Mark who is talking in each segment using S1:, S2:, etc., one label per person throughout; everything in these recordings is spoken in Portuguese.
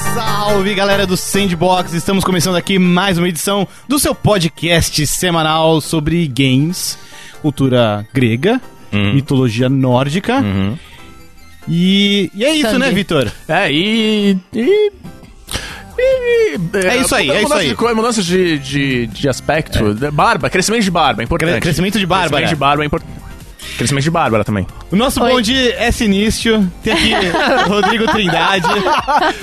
S1: Salve galera do Sandbox, estamos começando aqui mais uma edição do seu podcast semanal sobre games, cultura grega,
S2: Uhum.
S1: mitologia nórdica. E, e é isso,
S3: Sandy.
S1: né, Vitor?
S2: É, e. e... e-
S1: É isso aí, é
S2: mudança
S1: isso aí. É.
S2: De, co- mudança de, de, de aspecto. De- Barba, crescimento de barba, é importante.
S1: Cre- crescimento de barba,
S2: Crescimento
S1: né?
S2: de barba é importante. Crescimento de Bárbara também.
S1: O nosso
S3: Oi.
S1: bonde é sinistro, tem aqui Rodrigo Trindade.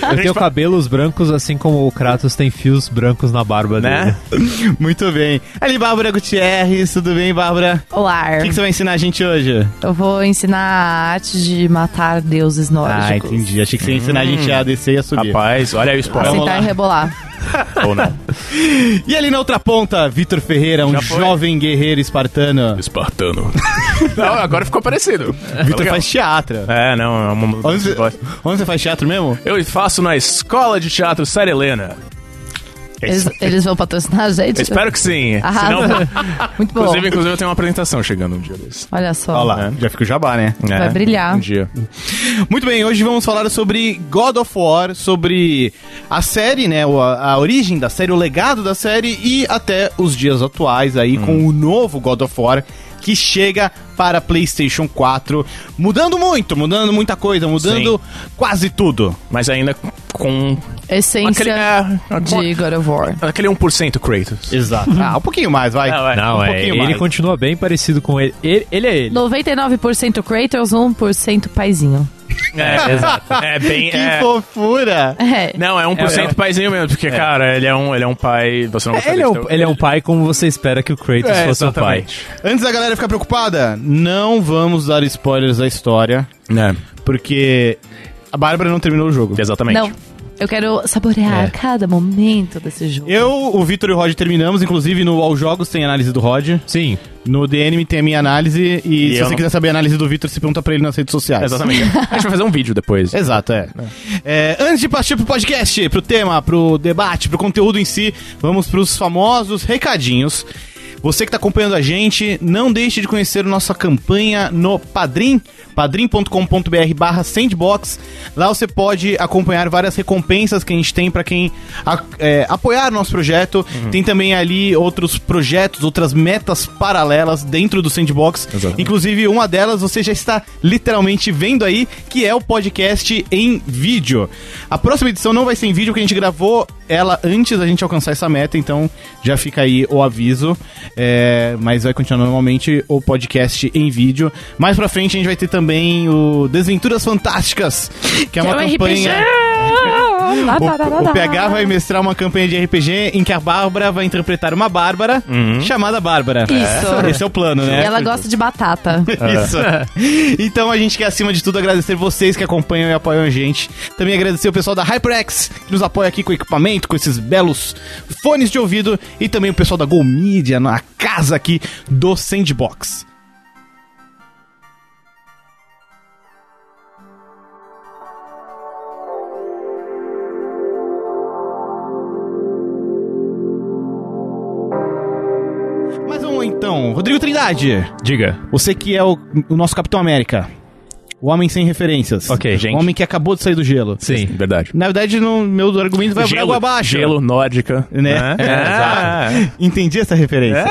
S4: Eu tenho cabelos brancos, assim como o Kratos tem fios brancos na barba
S2: Né?
S4: dele.
S1: Muito bem. Ali, Bárbara Gutierrez, tudo bem, Bárbara?
S3: Olá.
S1: O que, que você vai ensinar a gente hoje?
S3: Eu vou ensinar a arte de matar deuses
S1: Ah,
S3: nórdicos.
S1: entendi. Achei que você ia ensinar a gente a descer e a subir.
S2: Hum. Rapaz,
S1: É
S2: olha aí o spoiler.
S1: Vamos
S3: Sentar
S1: lá.
S3: e rebolar.
S2: Ou
S1: né?
S2: não.
S1: E ali na outra ponta, Vitor Ferreira, um
S2: Já foi? É
S1: jovem guerreiro espartano.
S2: Espartano. não, agora ficou parecido.
S1: Vitor
S2: Legal.
S1: faz teatro.
S2: É, não, é uma
S1: Onde
S2: mudança.
S1: você,
S2: de voz.
S1: onde você faz teatro mesmo?
S2: Eu faço na Escola de Teatro Sara Helena.
S1: É
S3: Eles, eles vão patrocinar a gente?
S2: Espero que sim.
S3: Arrasa.
S2: Senão-
S3: Muito bom.
S2: inclusive, inclusive, eu tenho uma apresentação chegando um dia desse.
S3: Olha só.
S1: Olha lá, já fica o jabá, né?
S3: Vai
S2: É,
S3: brilhar.
S2: Um dia.
S1: Muito bem, hoje vamos falar sobre God of War, sobre a série, né? o- A, a origem da série, o legado da série e até os dias atuais aí
S2: Hum.
S1: com o novo God of War que chega para PlayStation 4, mudando muito, mudando muita coisa, mudando quase tudo.
S2: Mas ainda com.
S3: Essência
S2: Aquele, é,
S3: de God of War.
S2: Aquele 1% Kratos.
S1: Exato. Ah, um pouquinho mais, vai.
S2: Ah, vai.
S4: Não,
S1: um
S4: é,
S1: pouquinho
S4: ele
S1: mais.
S4: continua bem parecido com ele. Ele, ele é ele.
S3: 99% Kratos, 1% paizinho.
S2: É, exato. É bem.
S1: Que
S2: é-
S1: fofura!
S3: É.
S2: Não, é 1%
S4: É, é.
S2: paizinho mesmo, porque, cara, ele é um, ele é um pai. Você não então- gostaria
S4: Ele é,
S2: de
S4: um,
S2: ter-
S4: ele é um pai como você espera que o Kratos
S2: É,
S4: fosse um pai.
S2: exatamente.
S1: Antes da galera ficar preocupada, não vamos dar spoilers da história,
S2: É,
S1: porque a Bárbara não terminou o jogo.
S2: exatamente.
S3: Não. Eu quero saborear cada momento desse jogo.
S1: É. Eu, o Vitor e o Rod terminamos, inclusive no All Jogos tem análise do Rod,
S4: Sim.
S1: no DNM tem a minha análise, e,
S2: E
S1: se
S2: eu
S1: você
S2: não-
S1: quiser saber a análise do Vitor, se pergunta pra ele nas redes sociais.
S2: Exatamente. A gente vai fazer um vídeo depois.
S1: Exato, é. É, Antes de partir pro podcast, pro tema, pro debate, pro conteúdo em si, vamos pros famosos recadinhos. Você que tá acompanhando a gente, não deixe de conhecer nossa campanha no Padrim, padrim.com.br barra sandbox. Lá você pode acompanhar várias recompensas que a gente tem para quem a- é, apoiar nosso projeto. Tem também ali outros projetos, outras metas paralelas dentro do sandbox.
S2: Exatamente.
S1: Inclusive, uma delas você já está literalmente vendo aí, que é o podcast em vídeo. A próxima edição não vai ser em vídeo, porque a gente gravou ela antes da gente alcançar essa meta, então já fica aí o aviso. É, mas vai continuar normalmente o podcast em vídeo. Mais pra frente a gente vai ter também o Desventuras Fantásticas, que é uma
S3: Quero
S1: campanha. É.
S3: RPG! Ah, Lá, lá, lá, lá,
S1: O, o
S3: lá.
S1: PH vai mestrar uma campanha de RPG em que a Bárbara vai interpretar uma Bárbara chamada Bárbara.
S3: Isso.
S1: Esse é o plano, né?
S3: Ela gosta de batata.
S1: Isso. Então a gente quer, acima de tudo, agradecer vocês que acompanham e apoiam a gente. Também agradecer o pessoal da HyperX, que nos apoia aqui com equipamento, com esses belos fones de ouvido. E também o pessoal da Go Media, na casa aqui do Sandbox. Mas vamos então, Rodrigo Trindade.
S4: Diga.
S1: Você que é o, o nosso Capitão América. O homem sem referências.
S4: Ok, gente.
S1: O homem que acabou de sair do gelo.
S4: Sim.
S2: Verdade.
S1: Na verdade, no meu argumento vai pra água abaixo.
S2: gelo, nórdica.
S1: Né?
S4: Ah.
S2: É, exato.
S1: Entendi essa referência.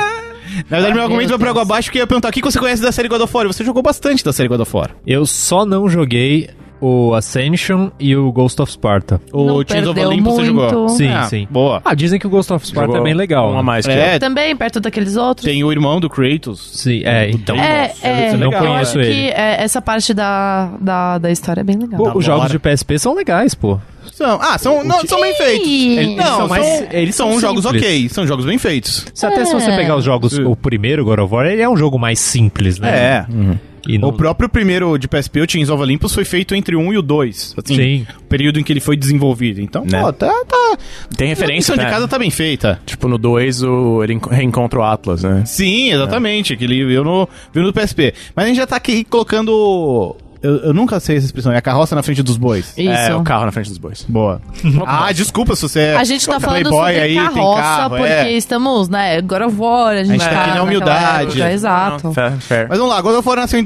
S1: Na verdade, meu argumento vai pra
S3: Meu Deus.
S1: água abaixo, porque eu ia perguntar o que você conhece da série God of War. Você jogou bastante da série God of War.
S4: Eu só não joguei o Ascension e o Ghost of Sparta.
S1: O
S3: Não
S1: Tears of
S3: perdeu
S1: Olympus você
S3: muito.
S1: jogou.
S4: Sim,
S1: Ah,
S4: sim.
S1: Boa.
S4: Ah, dizem que o Ghost of Sparta
S2: Jogou
S4: é bem legal.
S2: Um a
S4: né?
S2: mais que eu.
S1: É,
S3: Também, perto daqueles outros.
S1: tem o irmão do Kratos.
S4: Sim, é. Então,
S3: É, é,
S4: eu não
S1: legal,
S4: conheço
S3: eu acho
S4: ele.
S3: que é, essa parte da, da, da história é bem legal.
S4: Pô,
S1: Da
S4: os jogos
S1: hora.
S4: de PSP são legais, pô.
S1: São, ah, são, não, são bem feitos.
S3: Eles
S1: não,
S4: são mais- eles
S1: são,
S4: são
S1: jogos
S4: simples.
S1: ok, são jogos bem feitos.
S4: Se até se você
S3: É.
S4: pegar os jogos, o primeiro God of War, ele é um jogo mais simples, né?
S1: É.
S4: E não-
S1: O próprio primeiro de PSP, o Teams of Olympus, foi feito entre o 1 e o 2. Assim,
S4: Sim.
S1: O período em que ele foi desenvolvido. Então,
S2: Né.
S1: pô, tá, tá.
S2: Tem
S1: A
S2: referência.
S1: missão de
S2: né?
S1: casa tá bem feita.
S2: Tipo, no 2 o... ele enco- reencontra o Atlas, né?
S1: Sim, exatamente. Que ele viu no, viu no PSP. Mas a gente já tá aqui colocando Eu, eu nunca sei essa expressão. É a carroça na frente dos bois.
S3: Isso.
S2: É, o carro na frente dos bois.
S1: Boa. ah, desculpa se você é
S3: A gente tá falando
S1: playboy
S3: sobre
S1: aí, tem
S3: carroça,
S1: carro,
S3: porque
S1: é.
S3: estamos, né, agora of War, a gente,
S1: A gente tá aqui na
S3: naquela
S1: humildade.
S3: época, exato.
S2: Não, fair, fair.
S1: Mas vamos lá, God of War nasceu em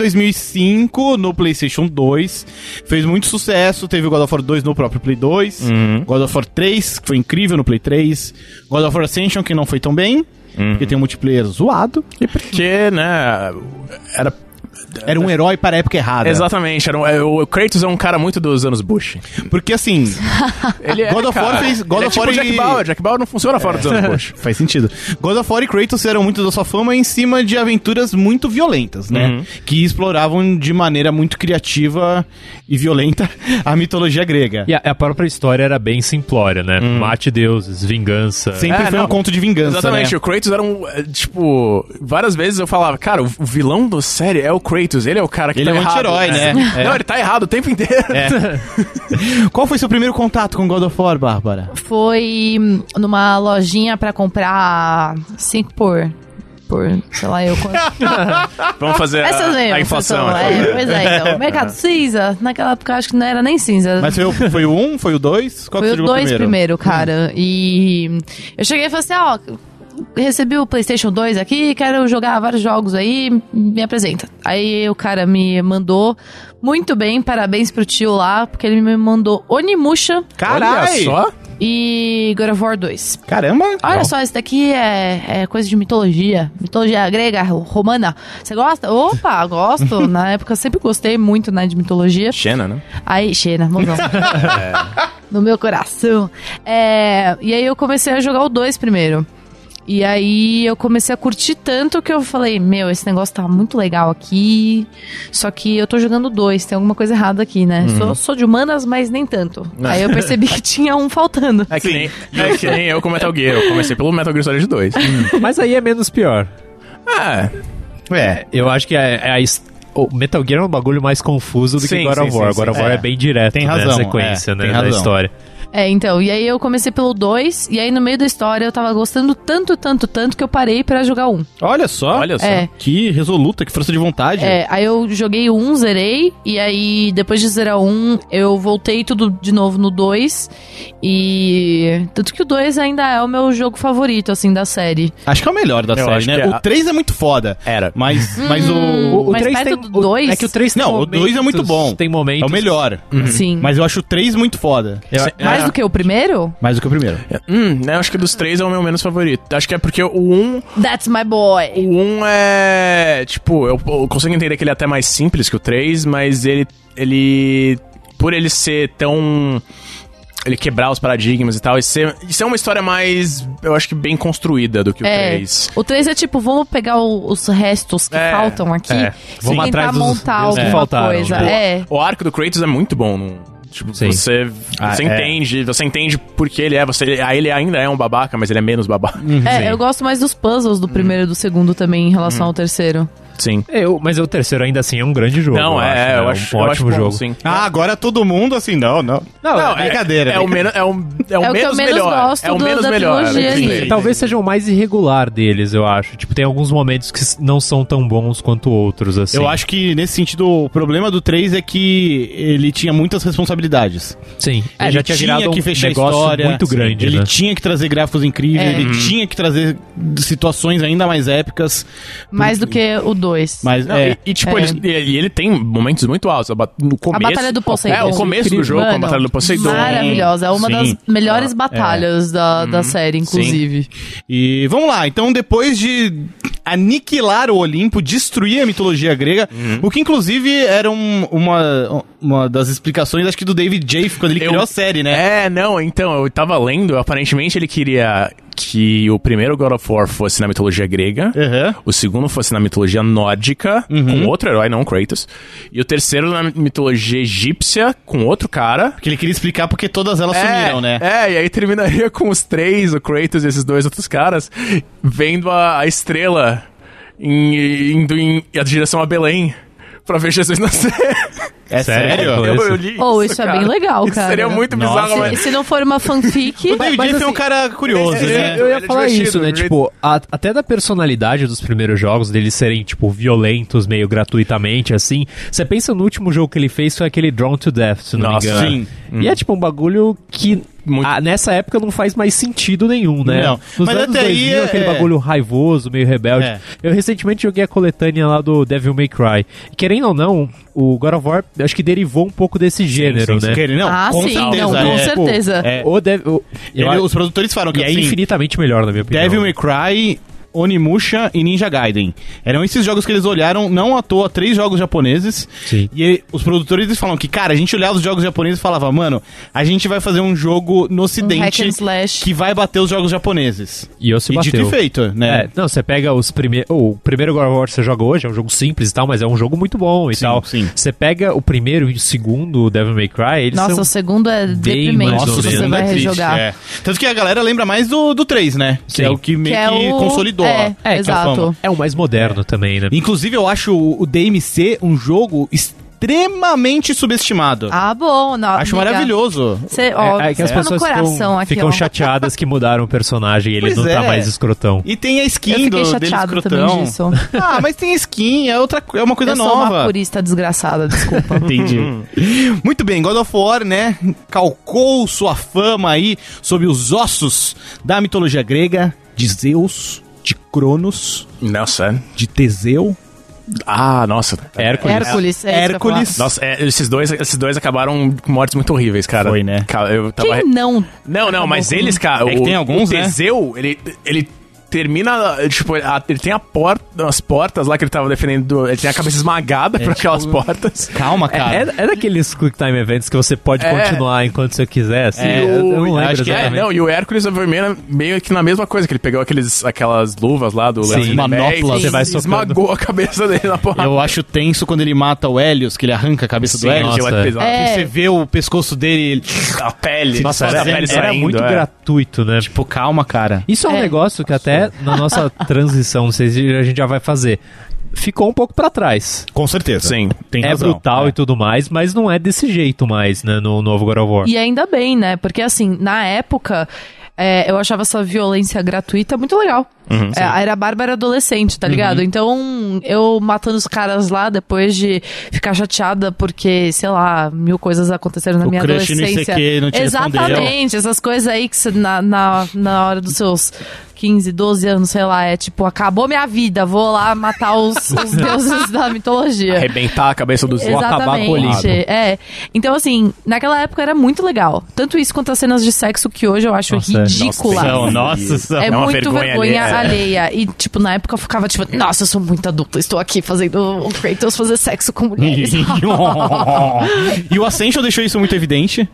S1: 2005 no PlayStation 2, fez muito sucesso, teve o God of War 2 no próprio Play 2,
S2: Uhum.
S1: God of War 3, que foi incrível no Play 3, God of War Ascension, que não foi tão bem,
S2: Uhum.
S1: porque tem um multiplayer zoado,
S2: E porque, né, era...
S1: era um herói para a época errada.
S2: Exatamente, era um- é, o Kratos é um cara muito dos anos Bush.
S1: Porque assim,
S2: Ele é,
S1: God of War
S2: cara.
S1: fez- God
S2: Ele é
S1: of War
S2: tipo
S1: e-
S2: Jack Bauer, Jack Bauer não funciona fora dos anos Bush.
S1: Faz sentido. God of War e Kratos eram muito da sua fama em cima de aventuras muito violentas, né?
S2: Uhum.
S1: Que exploravam de maneira muito criativa e violenta a mitologia grega.
S4: E a, a própria história era bem simplória, né? Mate deuses, vingança.
S1: Sempre
S2: É,
S1: foi um
S2: não.
S1: conto de vingança,
S2: Exatamente,
S1: né?
S2: o Kratos era um. é, Tipo, várias vezes eu falava, cara, o o vilão do série é o Kratos, ele é o cara que
S1: Ele
S2: tá
S1: é um
S2: errado.
S1: anti-herói, né? É.
S2: Não, ele tá errado o tempo inteiro.
S1: Qual foi seu primeiro contato com God of War, Bárbara?
S3: Foi hum, numa lojinha pra comprar 5 por, por, sei lá, eu quanto.
S2: Vamos fazer a,
S3: Essas mesmo.
S2: a inflação.
S3: pessoal,
S2: né?
S3: é, pois é, então. Mercado cinza, naquela época eu acho que não era nem cinza.
S1: Mas foi, o- foi o 1, um, foi o 2? Qual
S3: Foi
S1: que
S3: o
S1: você
S3: 2
S1: jogou primeiro?
S3: primeiro?
S1: Hum.
S3: cara. E eu cheguei e falei assim, ó, recebi o PlayStation 2 aqui, quero jogar vários jogos aí, me apresenta. Aí o cara me mandou muito bem, parabéns pro tio lá, porque ele me mandou Onimusha
S1: Caralho!
S2: Olha só.
S3: e God of War 2.
S1: Caramba!
S3: Ah, Olha
S1: Bom.
S3: só, isso daqui é, é coisa de mitologia. Mitologia grega, romana. Você gosta? Opa, gosto. Na época eu sempre gostei muito, né, de mitologia.
S2: Xena, né?
S3: Aí, Xena, mozão. No meu coração. É, e aí eu comecei a jogar o 2 primeiro. E aí eu comecei a curtir tanto que eu falei, meu, esse negócio tá muito legal aqui. Só que eu tô jogando dois, tem alguma coisa errada aqui, né?
S2: Uhum.
S3: Sou, sou de humanas, mas nem tanto. Aí eu percebi que tinha um faltando.
S2: É que, nem, é que nem eu com Metal Gear. Eu comecei pelo Metal Gear Solid 2.
S4: Mas aí é menos pior.
S2: ah,
S1: É,
S4: Eu acho que é, é a his- o Metal Gear é um bagulho mais confuso do
S2: Sim,
S4: que God
S2: sim,
S4: of War.
S2: sim,
S4: God
S2: sim.
S4: of War é.
S1: É.
S4: bem direto,
S1: Tem
S4: né?
S1: razão,
S4: A sequência,
S1: é,
S4: né?
S1: tem
S4: da
S1: razão.
S4: história.
S3: É, então, e aí eu comecei pelo 2, e aí no meio da história eu tava gostando tanto, tanto, tanto que eu parei pra jogar um.
S1: olha só.
S2: olha só.
S3: É.
S1: Que resoluta, que força de vontade.
S3: É, aí eu joguei o 1, zerei, e aí depois de zerar o 1, eu voltei tudo de novo no 2. E. Tanto que o 2 ainda é o meu jogo favorito, assim, da série.
S1: Acho que é o melhor da
S2: Eu
S1: série,
S2: acho
S1: né?
S2: que é.
S1: O 3 é muito foda.
S2: Era.
S1: Mas, mas
S3: Hum.
S1: o.
S3: Mas
S4: três
S3: perto do dois?
S4: É que o 3
S1: Não, o dois é muito bom.
S4: Tem momentos.
S1: É o melhor.
S3: Uhum.
S4: Uhum.
S3: Sim.
S1: Mas eu acho o 3 muito foda. Eu-
S2: Sim.
S3: Mais
S2: É.
S3: do que o primeiro?
S1: Mais do que o primeiro.
S2: Hum, né, acho que dos três é o meu menos favorito. Acho que é porque o 1
S3: That's my boy!
S2: O 1 é. Tipo, eu, eu consigo entender que ele é até mais simples que o 3, mas ele. ele. Por ele ser tão. Ele quebrar os paradigmas e tal, e ser, isso é uma história mais, eu acho que bem construída do que o
S3: É.
S2: 3.
S3: O 3 é tipo, vamos pegar o- os restos que
S2: É,
S3: faltam aqui
S4: é.
S3: e
S4: Vamos
S3: tentar
S4: atrás dos-
S3: montar
S4: dos que
S3: alguma
S4: faltaram,
S3: coisa.
S4: né?
S3: É.
S2: O arco do Kratos é muito bom. não- tipo,
S4: Sim.
S2: você,
S1: Ah,
S2: você
S1: é.
S2: entende, você entende por que ele é, você, aí ele ainda é um babaca, mas ele é menos babaca.
S4: Hum.
S3: É, eu gosto mais dos puzzles do primeiro e do segundo também em relação ao terceiro.
S2: Sim.
S4: Eu, mas É, o terceiro ainda assim é um grande jogo.
S2: não,
S4: eu
S2: é,
S4: acho,
S2: eu
S4: né?
S2: acho,
S4: um
S2: eu
S4: ótimo
S2: acho bom,
S4: jogo.
S2: sim.
S1: Ah, agora todo mundo assim, não, não.
S4: Não,
S2: Não,
S4: é-
S2: é-
S1: brincadeira,
S2: É, o, menos, é, o, é, o
S3: que eu
S2: menos
S3: menos
S2: melhor.
S3: gosto
S2: é o
S3: do-
S2: menos
S3: da
S2: melhor.
S3: trilogia
S2: Sim.
S3: ali.
S4: Talvez seja o mais irregular deles, eu acho. Tipo, tem alguns momentos que s- não são tão bons quanto outros, assim.
S1: Eu acho que, nesse sentido, o problema do 3 é que ele tinha muitas responsabilidades.
S4: Sim. É,
S1: ele
S4: já tinha virado
S1: que
S4: um
S1: fechar a
S4: negócio
S1: história, assim.
S4: muito grande,
S1: Ele
S4: né? É. Uhum.
S1: tinha que trazer gráficos incríveis, ele tinha que trazer situações ainda mais épicas.
S3: Mais do que o 2.
S1: Mas,
S2: Não,
S1: é,
S2: e, e, tipo,
S3: É.
S2: ele, e ele tem momentos muito altos. a ba- No começo,
S3: batalha do Poseidon.
S2: É, o começo do jogo com a
S3: Mano,
S2: Batalha do Poseidon.
S3: Maravilhosa. É uma
S1: Sim.
S3: das melhores batalhas da, da série, inclusive.
S1: E vamos lá, então depois de aniquilar o Olimpo, destruir a mitologia grega,
S4: Uhum.
S1: o que inclusive era um- uma, uma das explicações, acho que do David Jaffe, quando ele
S2: Eu-
S1: criou a série, né?
S2: É, não, então, eu tava lendo, aparentemente ele queria que o primeiro God of War fosse na mitologia grega,
S4: É.
S1: Aham.
S2: o segundo fosse na mitologia nórdica,
S1: Uhum.
S2: com outro herói, não Kratos, e o terceiro na mitologia egípcia, com outro cara.
S1: Porque ele queria explicar porque todas elas sumiram, né?
S2: é, e aí terminaria com os três, o Kratos e esses dois outros caras, vendo a, a estrela em- indo em, a direção a Belém pra ver Jesus nascer.
S1: É sério?
S4: Sério?
S2: Eu,
S4: Esse.
S2: eu li
S3: Ou isso é bem legal,
S2: Isso
S3: cara.
S2: seria muito
S4: Nossa.
S2: bizarro,
S3: Se,
S2: Tá, mas...
S3: se não for uma fanfic.
S1: O David
S4: mas
S1: Jeff é um
S4: assim,
S1: cara curioso,
S2: esse-
S1: né?
S4: Eu
S2: Ele é
S4: ia falar
S2: divertido,
S4: isso, né?
S2: do jeito-
S4: Tipo, a- até da personalidade dos primeiros jogos, deles serem, tipo, violentos meio gratuitamente, assim. Você pensa no último jogo que ele fez, foi aquele Drawn to Death, se não
S1: Nossa,
S4: me engano.
S1: sim.
S4: E é, tipo, um bagulho que
S2: Muito-
S4: ah, nessa época não faz mais sentido nenhum, né?
S1: Não.
S4: Nos
S1: Mas
S4: anos
S1: até aí
S4: 2000,
S1: é-
S4: aquele bagulho raivoso, meio rebelde.
S1: É.
S4: Eu recentemente joguei a coletânea lá do Devil May Cry. E, querendo ou não, o God of War, acho que derivou um pouco desse gênero, né? tipo,
S1: Querendo, não,
S3: Ah,
S1: com
S3: sim,
S1: certeza.
S3: não, com
S1: é.
S3: certeza.
S1: É,
S4: O Dev- o- eu
S1: ele-
S4: acho-
S1: os produtores falaram que
S4: E é
S1: assim,
S4: infinitamente melhor, na minha opinião.
S1: Devil May Cry, Onimusha e Ninja Gaiden. Eram esses jogos que eles olharam, não à toa, três jogos japoneses.
S4: Sim.
S1: E ele- os produtores eles falam que, cara, a gente olhava os jogos japoneses e falava, mano, a gente vai fazer um jogo no
S3: Um hack
S1: ocidente
S3: and slash.
S1: que vai bater os jogos japoneses.
S4: E eu se
S1: e
S4: bateu.
S1: dito e feito, né?
S4: É, não, você pega os primeiros. o primeiro God of War que você joga hoje é um jogo simples e tal, mas é um jogo muito bom e
S1: Sim,
S4: tal.
S1: sim.
S4: Você pega o primeiro e o segundo, o Devil May Cry, eles
S3: Nossa,
S4: são.
S3: o segundo é deprimente.
S4: mais ou
S3: se você
S4: menos.
S3: vai
S1: é triste,
S3: rejogar.
S1: é. Tanto que a galera lembra mais do, do 3, né? Que
S4: Sim.
S1: é o que meio que,
S3: é o-
S1: consolidou.
S3: é,
S1: a-
S3: é,
S1: a
S3: exato.
S1: fama.
S4: É o mais moderno também, né?
S1: Inclusive, eu acho o o DMC um jogo extremamente subestimado.
S3: Ah, bom. Não,
S1: acho
S3: amiga.
S1: maravilhoso.
S3: Você, ó,
S4: é, é que as
S3: fica
S4: pessoas
S3: no coração
S4: ficam,
S3: aqui,
S4: ficam
S3: ó.
S4: chateadas que mudaram o personagem e ele
S1: Pois
S4: não tá
S1: é.
S4: mais escrotão.
S1: E tem a
S3: Eu
S1: skin do,
S3: fiquei
S1: dele
S3: chateado
S1: escrotão.
S3: também disso.
S1: Ah, mas tem skin, é outra co- é uma coisa
S3: Eu sou uma
S1: nova.
S3: purista desgraçada, desculpa.
S1: Entendi. Muito bem, God of War, né? Calcou sua fama aí sobre os ossos da mitologia grega, de Zeus, de Cronos,
S2: Nossa, é.
S1: de Teseu.
S2: Ah, nossa.
S4: É,
S3: Hércules. É isso
S4: Hércules.
S3: que eu ia
S1: Hércules.
S2: Nossa, é, esses, dois, esses dois acabaram com mortes muito horríveis, cara.
S1: Foi, né?
S2: Cara, eu
S3: falar.
S2: tava...
S3: Quem não?
S2: Não, não, mas
S3: Acabou
S2: eles, cara.
S1: É que
S2: o-
S1: tem alguns,
S2: o
S1: né?
S2: Teseu, ele, ele termina. Tipo, a- ele tem a porta, as portas lá que ele tava defendendo. do- Ele tem a cabeça esmagada por aquelas portas.
S1: É, tipo, Calma,
S4: É,
S1: cara.
S4: é- é daqueles Quick Time Events que você pode
S2: É.
S4: continuar enquanto você quiser, assim.
S1: É,
S4: eu, eu não lembro
S1: acho que é,
S2: É,
S4: exatamente.
S2: não, e o Hércules é vermelho meio que na mesma coisa, que ele pegou aqueles, aquelas luvas lá do
S1: Sim,
S2: Leandro Neves
S1: manopla,
S2: e
S1: você
S4: vai
S2: esmagou a cabeça dele na
S3: é.
S2: porrada.
S1: Eu acho tenso quando ele mata o Helios, que ele arranca a cabeça do
S2: Sim,
S1: Helios.
S4: nossa.
S2: aquilo é pesado.
S3: É.
S1: Você vê o pescoço dele. ele-
S2: A pele.
S1: Nossa,
S2: só
S1: era-
S2: a pele
S1: ele
S4: Era
S2: saindo,
S4: muito
S2: é.
S4: gratuito, né?
S1: Tipo, calma, cara.
S4: Isso é um
S3: É.
S4: negócio que até na nossa transição, não sei se a gente já vai fazer, ficou um pouco pra trás.
S1: Com certeza.
S2: Sim.
S1: tem
S4: é
S1: razão.
S4: brutal
S1: É.
S4: e tudo mais, mas não é desse jeito mais, né, no novo God of War.
S3: E ainda bem, né? Porque assim, na época. é, eu achava essa violência gratuita muito legal.
S1: Uhum,
S3: É, era a Bárbara adolescente, tá ligado? Então, eu matando os caras lá depois de ficar chateada porque, sei lá, mil coisas aconteceram na
S1: O
S3: minha
S1: crush no
S3: adolescência.
S1: ICQ não te respondeu.
S3: Exatamente, essas coisas aí que cê- na, na, na hora dos seus 15, 12 anos, sei lá, é tipo, acabou minha vida, vou lá matar os, os deuses da mitologia.
S2: Arrebentar a cabeça dos
S4: Exato. acabar com o
S3: Exatamente, É. Então, assim, naquela época era muito legal. Tanto isso quanto as cenas de sexo que hoje eu acho
S4: Nossa, é.
S3: ridícula.
S2: Nossa,
S1: São, nossa, são.
S3: É,
S2: É uma
S3: muito vergonha,
S2: vergonha alheia.
S3: alheia. E, tipo, na época eu ficava tipo, nossa, eu sou muito adulta, estou aqui fazendo o Kratos fazer sexo com mulheres.
S1: e o Ascension deixou isso muito evidente.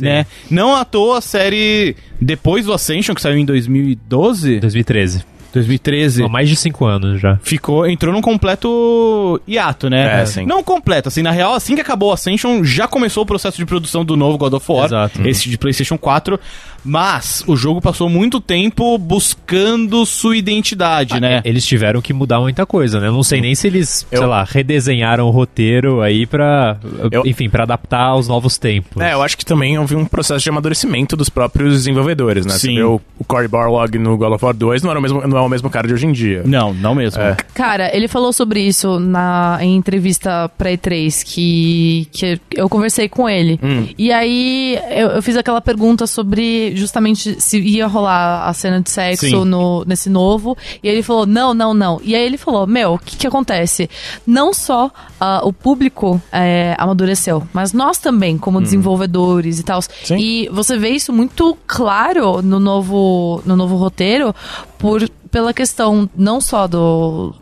S1: Né? Não à toa a série depois do Ascension, que saiu em 2012,
S4: 2013.
S1: 2013,
S4: Há mais de cinco anos já.
S1: ficou, entrou num completo hiato, né?
S2: É, sim.
S1: Não completo, assim, na real, assim que acabou o Ascension, já começou o processo de produção do novo God of War,
S4: Exato.
S1: esse de PlayStation 4, mas o jogo passou muito tempo buscando sua
S2: Ah,
S1: identidade, né?
S2: é.
S4: Eles tiveram que mudar muita coisa, né? Eu Não sei nem se eles,
S2: Eu-
S4: sei lá, redesenharam o roteiro aí pra,
S2: Eu-
S4: enfim, pra adaptar aos novos tempos.
S2: É, eu acho que também houve um processo de amadurecimento dos próprios desenvolvedores, né? Você
S1: Sim.
S2: vê o, o Cory Barlog no God of War 2 não, era o mesmo, não é o mesmo cara de hoje em dia.
S1: Não, não mesmo.
S2: É.
S3: Cara, ele falou sobre isso na em entrevista pra E3, que, que eu conversei com ele. E aí eu, eu fiz aquela pergunta sobre justamente se ia rolar a cena de
S1: Sim.
S3: sexo no, nesse novo. E ele falou, não, não, não. E aí ele falou, meu, o que, que acontece? Não só ah, o público eh, amadureceu, mas nós também, como
S1: Uhum.
S3: desenvolvedores e tal. E você vê isso muito claro no novo, no novo roteiro, por, pela questão não só do.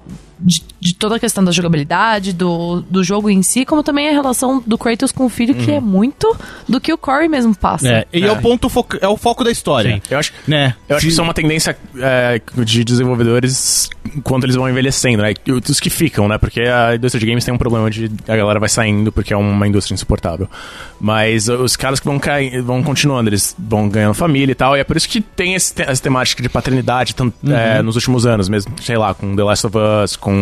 S3: De, de toda a questão da jogabilidade, do, do jogo em si, como também a relação do Kratos com o filho, que é muito do que o Corey mesmo passa.
S1: Uhum. É, e é. o ponto foco, é o foco da história,
S4: Sim.
S2: Eu acho,
S1: né?
S2: eu acho que isso é uma tendência é, de desenvolvedores enquanto eles vão envelhecendo, né? E Os que ficam, né? Porque a indústria de games tem um problema de a galera vai saindo porque é uma indústria insuportável. Mas os caras que vão cair, vão continuando, eles vão ganhando família e tal. E é por isso que tem esse te- essa temática de paternidade tan- é, nos últimos anos mesmo. Sei lá, com The Last of Us, com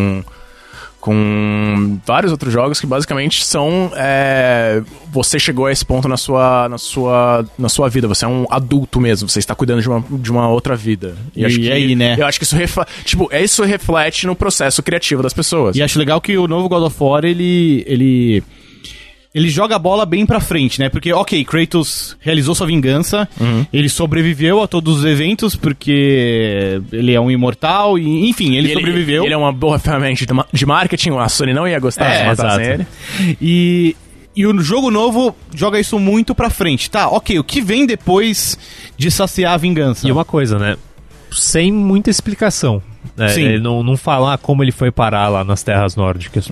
S2: com vários outros jogos que basicamente são é, você chegou a esse ponto na sua na sua na sua vida você é um adulto mesmo você está cuidando de uma, de uma outra vida
S1: E aí, né?
S2: eu acho que isso refla- tipo é isso reflete no processo criativo das pessoas
S1: E acho legal que o novo God of War, ele. ele... Ele joga a bola bem pra frente, né? Porque, ok, Kratos realizou sua vingança, ele sobreviveu a todos os eventos, porque ele é um imortal, e enfim, ele,
S2: E
S1: sobreviveu.
S2: ele é uma boa ferramenta de ma- de marketing a Sony não ia gostar
S1: É,
S2: se matassem
S4: exato.
S2: ele
S1: E, e o jogo novo joga isso muito pra frente. Tá, ok, o que vem depois de saciar a vingança?
S4: E uma coisa, né? Sem muita explicação. né?
S1: Sim.
S4: Ele não, não falar como ele foi parar lá nas terras nórdicas.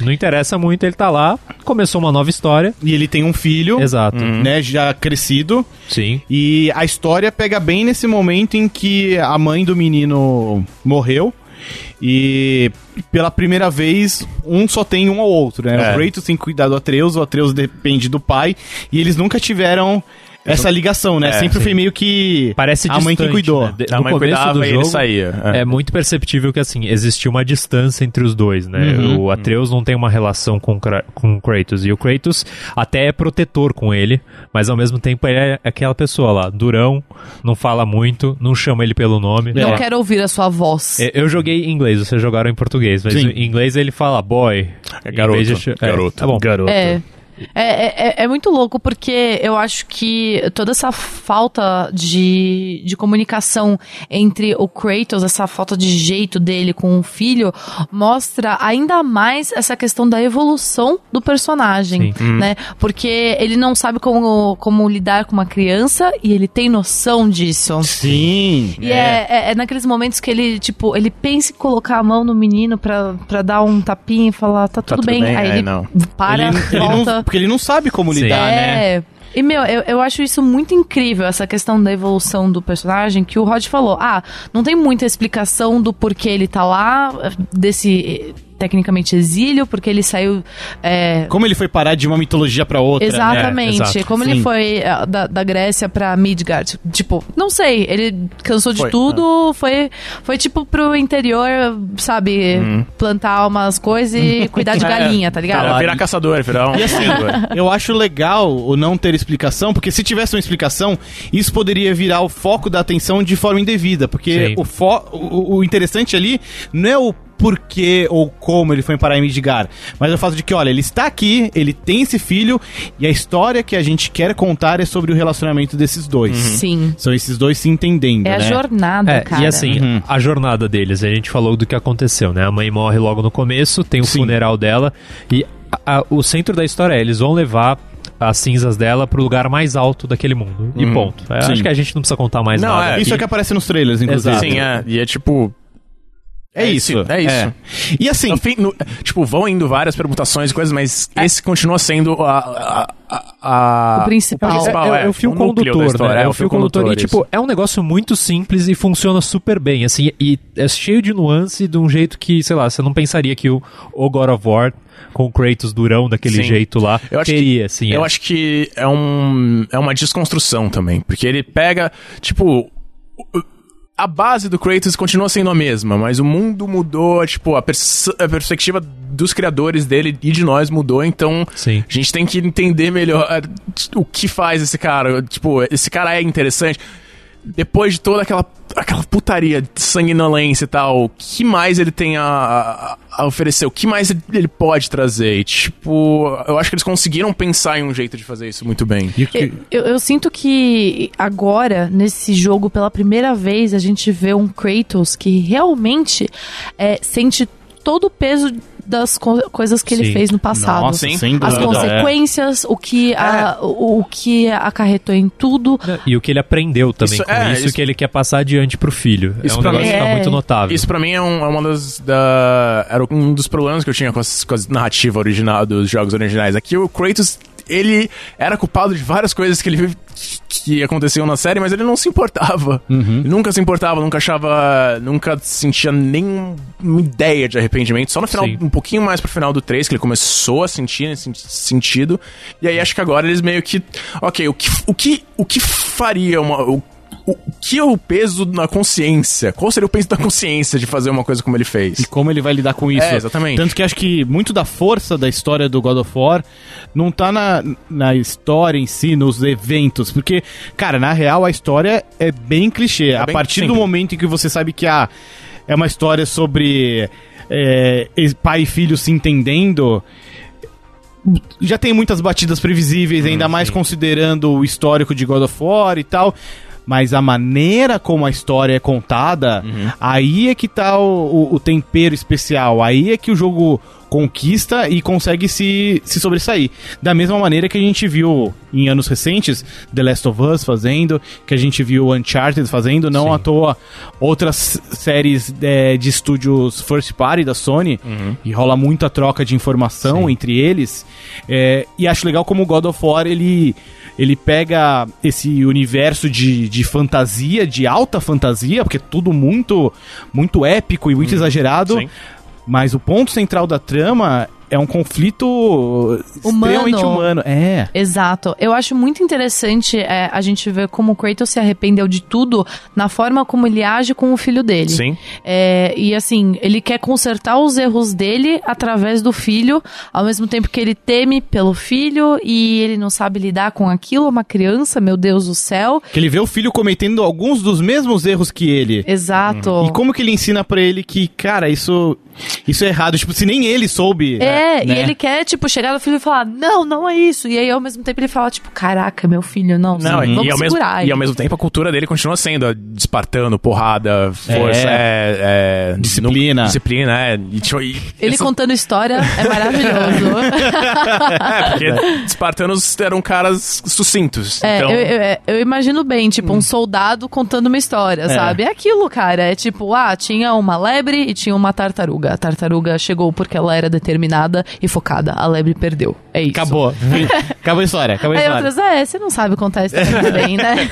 S4: Não interessa muito, ele tá lá, começou uma nova história.
S1: E ele tem um filho,
S4: Exato.
S1: né, já crescido,
S4: Sim.
S1: e a história pega bem nesse momento em que a mãe do menino morreu. E pela primeira vez, um só tem um ao outro, né?
S2: É.
S1: O Kratos tem que cuidar do Atreus, o Atreus depende do pai, e eles nunca tiveram essa ligação, né?
S2: É,
S1: Sempre
S4: sim.
S1: foi meio que
S4: Parece
S1: a mãe que
S4: distante,
S1: cuidou.
S4: né? De-
S2: a
S4: no
S2: mãe
S4: começo
S2: cuidava
S4: do
S2: e
S4: jogo,
S2: ele saía
S4: É. muito perceptível que, assim, existia uma distância entre os dois, né?
S1: Uhum.
S4: O Atreus não tem uma relação com, o Kra- com o Kratos. E o Kratos até é protetor com ele, mas ao mesmo tempo ele é aquela pessoa lá, durão, não fala muito, não chama ele pelo nome.
S3: Não
S1: É.
S3: quero ouvir a sua voz.
S4: É, Eu joguei em inglês, vocês jogaram em português, mas
S1: Sim.
S4: em inglês ele fala boy.
S2: É
S4: em
S2: garoto,
S4: vez de ch- é,
S2: garoto.
S4: Tá bom. Garoto.
S3: É. É, é, é- é muito louco porque eu acho que toda essa falta de, de comunicação entre o Kratos, essa falta de jeito dele com o filho, mostra ainda mais essa questão da evolução do personagem, né? Porque ele não sabe como, como lidar com uma criança e ele tem noção disso.
S1: Sim.
S3: E é. é- é naqueles momentos que ele, tipo, ele pensa em colocar a mão no menino pra, pra dar um tapinha e falar, tá tudo,
S2: tudo
S3: bem.
S2: bem,
S3: Aí
S2: é,
S3: ele
S2: não.
S3: para,
S1: ele, ele não-
S3: volta.
S1: porque ele não sabe como
S4: Sim.
S1: lidar, né?
S3: é. E, meu, eu, eu acho isso muito incrível, essa questão da evolução do personagem, que o Rod falou. Ah, não tem muita explicação do porquê ele tá lá, desse, eh, tecnicamente, exílio, porque ele saiu... é,
S1: Como ele foi parar de uma mitologia pra outra,
S3: Exatamente.
S4: É, exato.
S3: Como
S1: Sim.
S3: ele foi eh, da, da Grécia pra Midgard. Tipo, não sei. Ele cansou de
S2: Foi,
S3: tudo, foi, foi tipo pro interior, sabe, plantar umas coisas e cuidar de galinha, tá ligado?
S2: Era virar caçador virar um
S1: E assim, eu acho legal o não ter explicação, porque se tivesse uma explicação, isso poderia virar o foco da atenção de forma indevida. Porque
S4: Sim.
S1: o, fo o, o interessante ali não é o porquê ou como ele foi parar em Midgar, mas é o fato de que, olha, ele está aqui, ele tem esse filho, e a história que a gente quer contar é sobre o relacionamento desses dois.
S3: Sim.
S1: São esses dois se entendendo,
S3: É a
S1: um né?
S3: jornada,
S4: É,
S3: cara.
S4: e assim,
S1: Uhum.
S4: a jornada deles, a gente falou do que aconteceu, né? A mãe morre logo no começo, tem o
S1: Sim.
S4: funeral dela, e a- a- o centro da história é, eles vão levar as cinzas dela pro lugar mais alto daquele mundo. E ponto. É,
S1: Sim.
S4: acho que a gente não precisa contar mais
S2: Não,
S4: nada.
S2: é,
S1: Isso é
S4: aqui.
S1: que aparece nos trailers, inclusive.
S4: Exato.
S2: sim é e é tipo
S1: É isso.
S2: é isso
S1: E assim,
S2: No fim, no- tipo, vão indo várias permutações e coisas, mas esse continua sendo a, a- a- a-
S3: O principal.
S2: O principal,
S4: é,
S2: é,
S4: o fio
S2: núcleo da
S4: condutor,
S2: história,
S4: né?
S2: É,
S4: o fio condutor. E, tipo, é um negócio muito simples e funciona super bem, assim, e é cheio de nuance de um jeito que, sei lá, você não pensaria que o, o God of War com o Kratos durão daquele
S2: Sim.
S4: jeito lá
S2: Eu acho
S4: teria,
S2: que,
S4: assim.
S2: Eu
S4: é.
S2: acho que é, um, é uma desconstrução também, porque ele pega, tipo... o- A base do Kratos continua sendo a mesma, mas o mundo mudou, tipo, a, pers- a perspectiva dos criadores dele e de nós mudou, então
S4: Sim.
S2: a gente tem que entender melhor o que faz esse cara. Tipo, esse cara é interessante. Depois de toda aquela, aquela putaria, de sanguinolência e tal, o que mais ele tem a, a- a oferecer? O que mais ele- ele pode trazer? E, tipo, eu acho que eles conseguiram pensar em um jeito de fazer isso muito bem.
S1: e o que-
S3: Eu, eu sinto que agora, nesse jogo, pela primeira vez, a gente vê um Kratos que realmente é, sente todo o peso das co- coisas que ele
S4: Sim.
S3: fez no passado.
S1: Nossa,
S2: Sim.
S1: sem
S3: As
S1: dúvida. é.
S3: consequências, o, que a- o, o que acarretou em tudo.
S4: E o que ele aprendeu também
S2: Isso-
S4: com
S2: é,
S4: isso,
S2: isso-
S4: que ele quer passar adiante pro filho.
S2: Isso
S4: é um
S2: pra
S4: negócio
S3: mim-
S4: que tá
S3: É.
S4: muito notável.
S2: Isso pra mim é, um, é uma das. Da, era um dos problemas que eu tinha com, as, com a narrativa original dos jogos originais. Aqui o Kratos, ele era culpado de várias coisas que ele vive- que aconteciam na série, mas ele não se importava. Ele nunca se importava, nunca achava. Nunca sentia nenhuma ideia de arrependimento. Só no final,
S4: Sim.
S2: um pouquinho mais pro final do 3, que ele começou a sentir nesse sentido. E aí acho que agora eles meio que. Ok, o que, o que, o que faria uma. o- o que é o peso na consciência? Qual seria o peso da consciência de fazer uma coisa como ele
S1: E
S2: fez?
S1: como ele vai lidar com isso.
S2: É, exatamente.
S1: Tanto que acho que muito da força da história do God of War não tá na, na história em si, nos eventos. Porque, cara, na real, a história é bem clichê. a
S2: bem
S1: partir do
S2: simples.
S1: momento em que você sabe que a, é uma história sobre é, ex- pai e filho se entendendo. Já tem muitas batidas previsíveis, ainda mais considerando o histórico de God of War e tal. Mas a maneira como a história é contada, aí é que tá o, o- o tempero especial. Aí é que o jogo conquista e consegue se, se sobressair. Da mesma maneira que a gente viu em anos recentes The Last of Us fazendo, que a gente viu Uncharted fazendo, não à toa outras séries é, de estúdios first party da Sony, e rola muita troca de informação entre eles. É, e acho legal como o God of War ele, ele pega esse universo de, de fantasia, de alta fantasia, porque é tudo muito, muito épico e muito exagerado.
S2: Sim.
S1: Mas o ponto central da trama é um conflito
S3: Humano.
S1: extremamente humano. É.
S3: Exato. Eu acho muito interessante é, a gente ver como o Kratos se arrependeu de tudo na forma como ele age com o filho dele.
S2: Sim.
S3: É, e assim, ele quer consertar os erros dele através do filho, ao mesmo tempo que ele teme pelo filho e ele não sabe lidar com aquilo. É uma criança, meu Deus do céu.
S1: Que ele vê o filho cometendo alguns dos mesmos erros que ele.
S3: Exato.
S2: Uhum.
S1: E como que ele ensina pra ele que, cara, isso isso é errado, tipo, se nem ele soube.
S3: É,
S1: né?
S3: e ele quer, tipo, chegar no filho e falar, não, não é isso. E aí, ao mesmo tempo, ele fala, tipo, caraca, meu filho, não,
S2: Não,
S3: não
S2: e,
S3: vamos
S2: e ao mesmo,
S3: segurar.
S2: e ao mesmo tempo a cultura dele continua sendo ó, de espartano, porrada, força, é, é,
S1: Disciplina.
S2: nu- disciplina, é. E, tipo, e-
S3: Ele
S2: essa-
S3: contando história é maravilhoso.
S2: é, porque espartanos eram caras sucintos.
S3: É,
S2: então, Hum.
S3: eu, eu- é, eu imagino bem, tipo, um soldado contando uma história, sabe? É aquilo, cara. É tipo, ah, tinha uma lebre e tinha uma tartaruga. A tartaruga chegou porque ela era determinada e focada. A lebre perdeu. É isso.
S1: Acabou. acabou a história, acabou a
S3: Aí
S1: história.
S3: outras, é, você não sabe contar a história muito bem, né?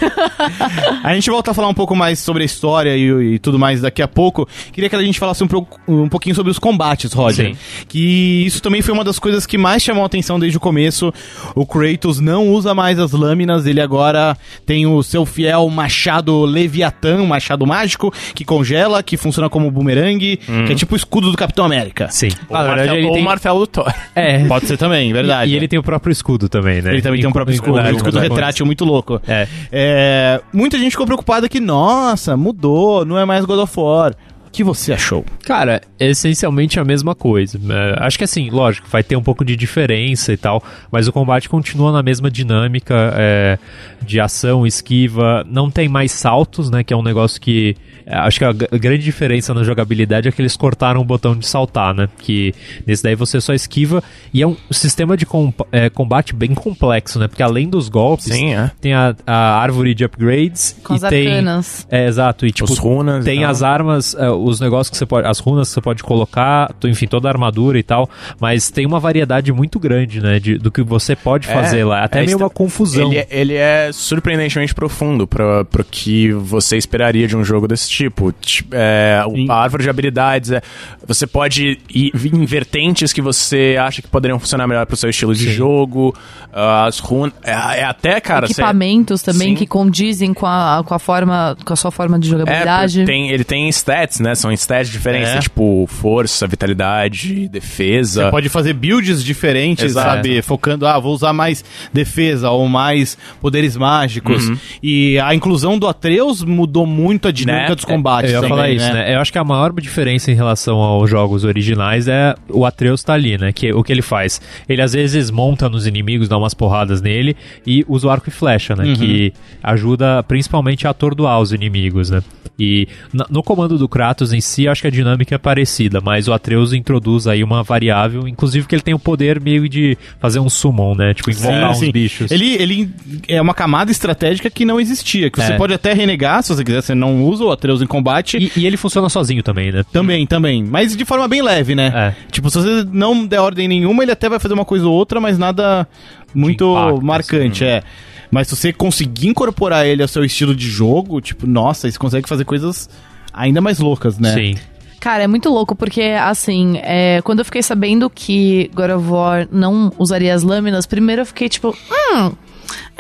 S1: A gente volta a falar um pouco mais sobre a história e, e tudo mais daqui a pouco. Queria que a gente falasse um, pro- um pouquinho sobre os combates, Roger.
S2: Sim.
S1: Que isso também foi uma das coisas que mais chamou a atenção desde o começo. O Kratos não usa mais as lâminas, ele agora tem o seu fiel machado Leviatã, um machado mágico, que congela, que funciona como bumerangue, que é tipo o escudo do Capitão América.
S4: Sim.
S2: ou o martelo- ou o martelo do Thor. é.
S4: É.
S1: Pode ser também, verdade.
S4: E, e ele tem o próprio escudo também, né?
S1: Ele também tem um próprio escudo, um
S4: Verdade,
S1: escudo
S4: verdade.
S1: retrátil muito louco.
S4: É.
S1: É, muita gente ficou preocupada que, nossa, mudou, não é mais God of War. O que você achou?
S4: Cara, é essencialmente a mesma coisa. É, acho que assim, lógico, vai ter um pouco de diferença e tal, mas o combate continua na mesma dinâmica é, de ação, esquiva. Não tem mais saltos, né? Que é um negócio que. é, Acho que a g- grande diferença na jogabilidade é que eles cortaram o botão de saltar, né? Que nesse daí você só esquiva. E é um sistema de com- é, combate bem complexo, né? Porque além dos golpes,
S2: Sim, é.
S4: tem a, a árvore de upgrades
S3: Com
S4: e
S3: as
S4: tem.
S3: arcanas.
S4: É, exato. E tipo,
S2: Os runas.
S4: tem
S2: então.
S4: as armas, eh, os negócios que você pode. As runas que você pode colocar, tu- enfim, toda a armadura e tal. Mas tem uma variedade muito grande, né? de- do que você pode
S2: É,
S4: fazer lá.
S2: é
S4: Até meio
S2: extra-
S4: uma confusão.
S2: Ele, é- ele é surpreendentemente profundo pro, pro que você esperaria de um jogo desse tipo. Ti- é, o-
S1: Sim.
S2: a árvore de habilidades, é, você pode ir em vertentes que você acha que poderiam funcionar melhor pro seu estilo de jogo, ah, as runas. É, é até, cara. você-
S3: Equipamentos também
S2: Sim.
S3: que condizem com a, com a forma, com a sua forma de
S2: é, porque
S3: jogabilidade.
S2: tem, ele tem stats, né? São stats diferentes,
S1: É.
S2: tem, tipo força, vitalidade, defesa.
S1: Você pode fazer builds diferentes,
S2: Tá. Exato.
S1: sabe? Focando, ah, vou usar mais defesa ou mais poderes mágicos. E a inclusão do Atreus mudou muito a dinâmica
S2: Né?
S1: dos combates.
S4: Eu ia
S1: também,
S4: falar isso, né? Eu acho que a maior diferença em relação aos jogos originais é o Atreus tá ali, né? Que, o que ele faz? Ele às vezes monta nos inimigos, dá umas porradas nele e usa o arco e flecha,
S1: Uhum.
S4: né? Que ajuda principalmente a atordoar os inimigos, né? E na- no comando do Kratos em si, acho que a dinâmica é parecida, mas o Atreus introduz aí uma variável, inclusive que ele tem o poder meio de fazer um summon, né? Tipo, invocar uns
S1: Sim, sim.
S4: bichos.
S1: Ele, ele é uma camada estratégica que não existia, que você
S4: É.
S1: pode até renegar se você quiser, você não usa o Atreus em combate.
S4: E, e ele funciona sozinho também, né? É,
S1: Também, também. Mas de forma bem leve, né? Tipo, se você não der ordem nenhuma, ele até vai fazer uma coisa ou outra, mas nada muito
S4: impacto,
S1: marcante, é. Mas se você conseguir incorporar ele ao seu estilo de jogo, tipo, nossa, aí você consegue fazer coisas ainda mais loucas, né?
S4: Sim.
S3: Cara, é muito louco, porque, assim, é, quando eu fiquei sabendo que God of War não usaria as lâminas, primeiro eu fiquei tipo, hum,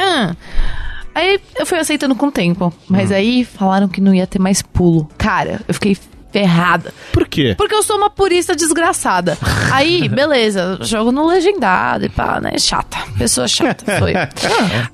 S3: hum. Aí eu fui aceitando com o tempo. Mas aí falaram que não ia ter mais pulo. Cara, eu fiquei ferrada.
S1: Por quê?
S3: Porque eu sou uma purista desgraçada. Aí, beleza, jogo no legendado e pá, né? Chata. Pessoa chata, sou eu.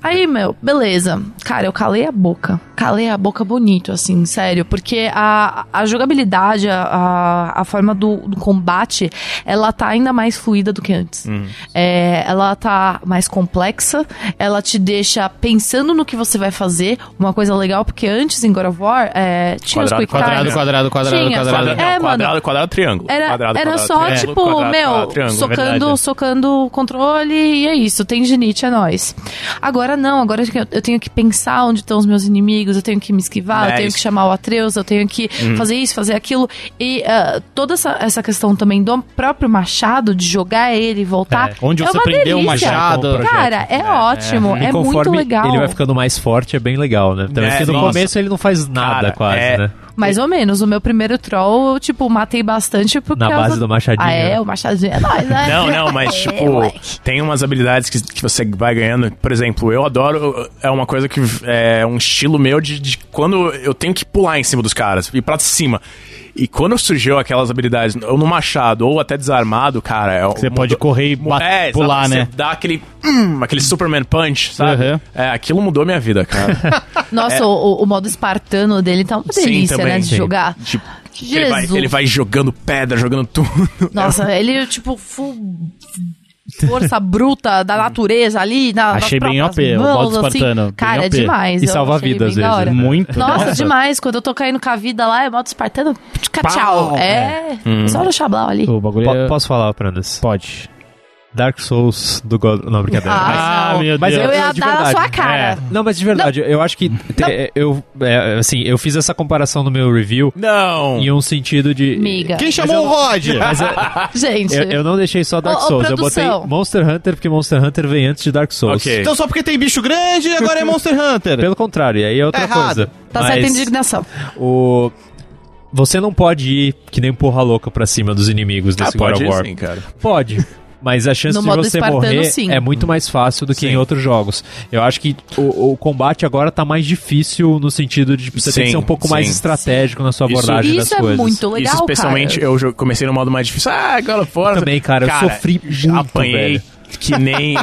S3: Aí, meu, beleza. Cara, eu calei a boca. Calei a boca bonito, assim, sério. Porque a, a jogabilidade, a- a, a forma do, do combate, ela tá ainda mais fluida do que antes.
S2: Hum.
S3: É, ela tá mais complexa, ela te deixa pensando no que você vai fazer. Uma coisa legal, porque antes em God of War, é, tinha os
S2: Quadrado, quadrado,
S3: quick
S1: Quadrado,
S3: times.
S1: quadrado, quadrado,
S3: Tinha,
S1: quadrado.
S2: Quadrado,
S3: É,
S2: não,
S3: mano.
S2: quadrado, quadrado, triângulo.
S3: Era,
S2: quadrado,
S3: era
S2: quadrado,
S3: só,
S2: triângulo,
S3: tipo,
S2: quadrado,
S3: meu,
S2: quadrado, triângulo, é
S3: socando,
S2: verdade.
S3: socando o controle e é isso, tem genite, é nóis. Agora não, agora eu tenho- eu tenho que pensar onde estão os meus inimigos, eu tenho que me esquivar,
S2: É,
S3: eu tenho
S2: isso.
S3: que chamar o Atreus, eu tenho que fazer isso, fazer aquilo. E ah, toda essa, essa questão também do próprio machado, de jogar ele e voltar.
S4: É,
S1: Onde
S3: é
S1: você
S3: uma
S1: prendeu o
S3: delícia.
S1: machado.
S4: projeto.
S3: Cara, é, ótimo, é,
S4: E
S3: muito
S4: conforme
S3: legal.
S4: ele vai ficando mais forte, é bem legal, né? Também
S2: É,
S4: porque no
S2: nossa.
S4: começo ele não faz nada
S2: Cara,
S4: quase,
S2: é.
S4: né?
S3: Mais ou menos, o meu primeiro troll, eu, tipo, matei bastante por
S4: Na
S3: causa...
S4: base do machadinho.
S3: Ah, é, o machadinho é nóis, né?
S2: Não, não, mas
S3: É,
S2: tipo,
S3: moleque.
S2: tem umas habilidades que, que você vai ganhando. Por exemplo, eu adoro. É uma coisa que. É um estilo meu de, de quando eu tenho que pular em cima dos caras, ir pra cima. E quando surgiu aquelas habilidades, ou no machado, ou até desarmado, cara. É,
S1: Você pode correr e bat-
S2: é, exato,
S1: pular,
S2: você
S1: né?
S2: Dá aquele. hum, aquele Superman Punch, sabe?
S1: Uhum.
S2: É, aquilo mudou minha vida, cara.
S3: Nossa, o, o modo espartano dele tá uma
S2: Sim,
S3: delícia,
S2: também,
S3: né? De
S2: sim.
S3: jogar.
S2: Tipo, ele,
S3: Jesus.
S2: vai, ele vai jogando pedra, jogando tudo.
S3: Nossa, ele, tipo, full força bruta da natureza ali. Na,
S1: Achei
S3: nas
S1: bem OP,
S3: próprias
S1: o
S3: mãos,
S1: modo
S3: assim.
S1: espartano, bem
S3: Cara, é
S1: OP.
S3: demais.
S4: E
S3: eu
S4: salva
S3: achei
S4: vidas,
S3: bem da
S4: às
S3: hora.
S4: vezes, né?
S1: Muito.
S3: Nossa, demais. Quando eu tô caindo com a vida lá, é modo espartano. tchá, Tchau. É. Só no xablau ali.
S1: O bagulho
S4: Po-
S1: é-
S4: posso falar, Prandas?
S1: Pode.
S4: Dark Souls do God... Não, brincadeira.
S3: Ah, não.
S1: meu
S4: Mas
S1: Deus.
S3: eu ia
S4: de
S3: dar na
S4: verdade. É.
S3: sua cara.
S4: Não, mas de verdade, eu acho que te- eu é, assim, eu fiz essa comparação no meu review
S2: Não!
S4: em um sentido de
S3: Amiga.
S1: Quem chamou o Rod?
S3: Gente.
S4: Eu, eu não deixei só Dark
S3: Ô, ô,
S4: Souls, eu botei
S3: produção.
S4: Monster Hunter porque Monster Hunter vem antes de Dark Souls.
S2: Ok.
S1: Então só porque tem bicho grande, agora é Monster Hunter.
S4: Pelo contrário, e aí é
S1: Tá
S4: outra
S1: errado.
S4: coisa.
S3: Tá
S4: mas
S3: certa a indignação.
S4: o você não pode ir que nem porra louca pra cima dos inimigos
S2: Ah,
S4: nesse God
S2: pode
S4: of War.
S2: ir sim, cara.
S4: Pode. Mas a chance
S3: No
S4: de
S3: modo
S4: você
S3: espartano,
S4: morrer
S3: sim.
S4: é muito mais fácil do que
S2: Sim.
S4: em outros jogos. Eu acho que o, o combate agora tá mais difícil no sentido de tipo, você tem que
S2: Sim,
S4: ser um pouco
S2: sim.
S4: mais estratégico na sua
S2: Isso-
S4: abordagem das
S3: Isso é
S4: coisas.
S3: muito legal,
S2: Isso especialmente,
S3: cara.
S2: eu jo- comecei no modo mais difícil. Ah, God of War.
S4: Eu também, cara, eu sofri muito,
S2: apanhei
S4: velho.
S2: que nem...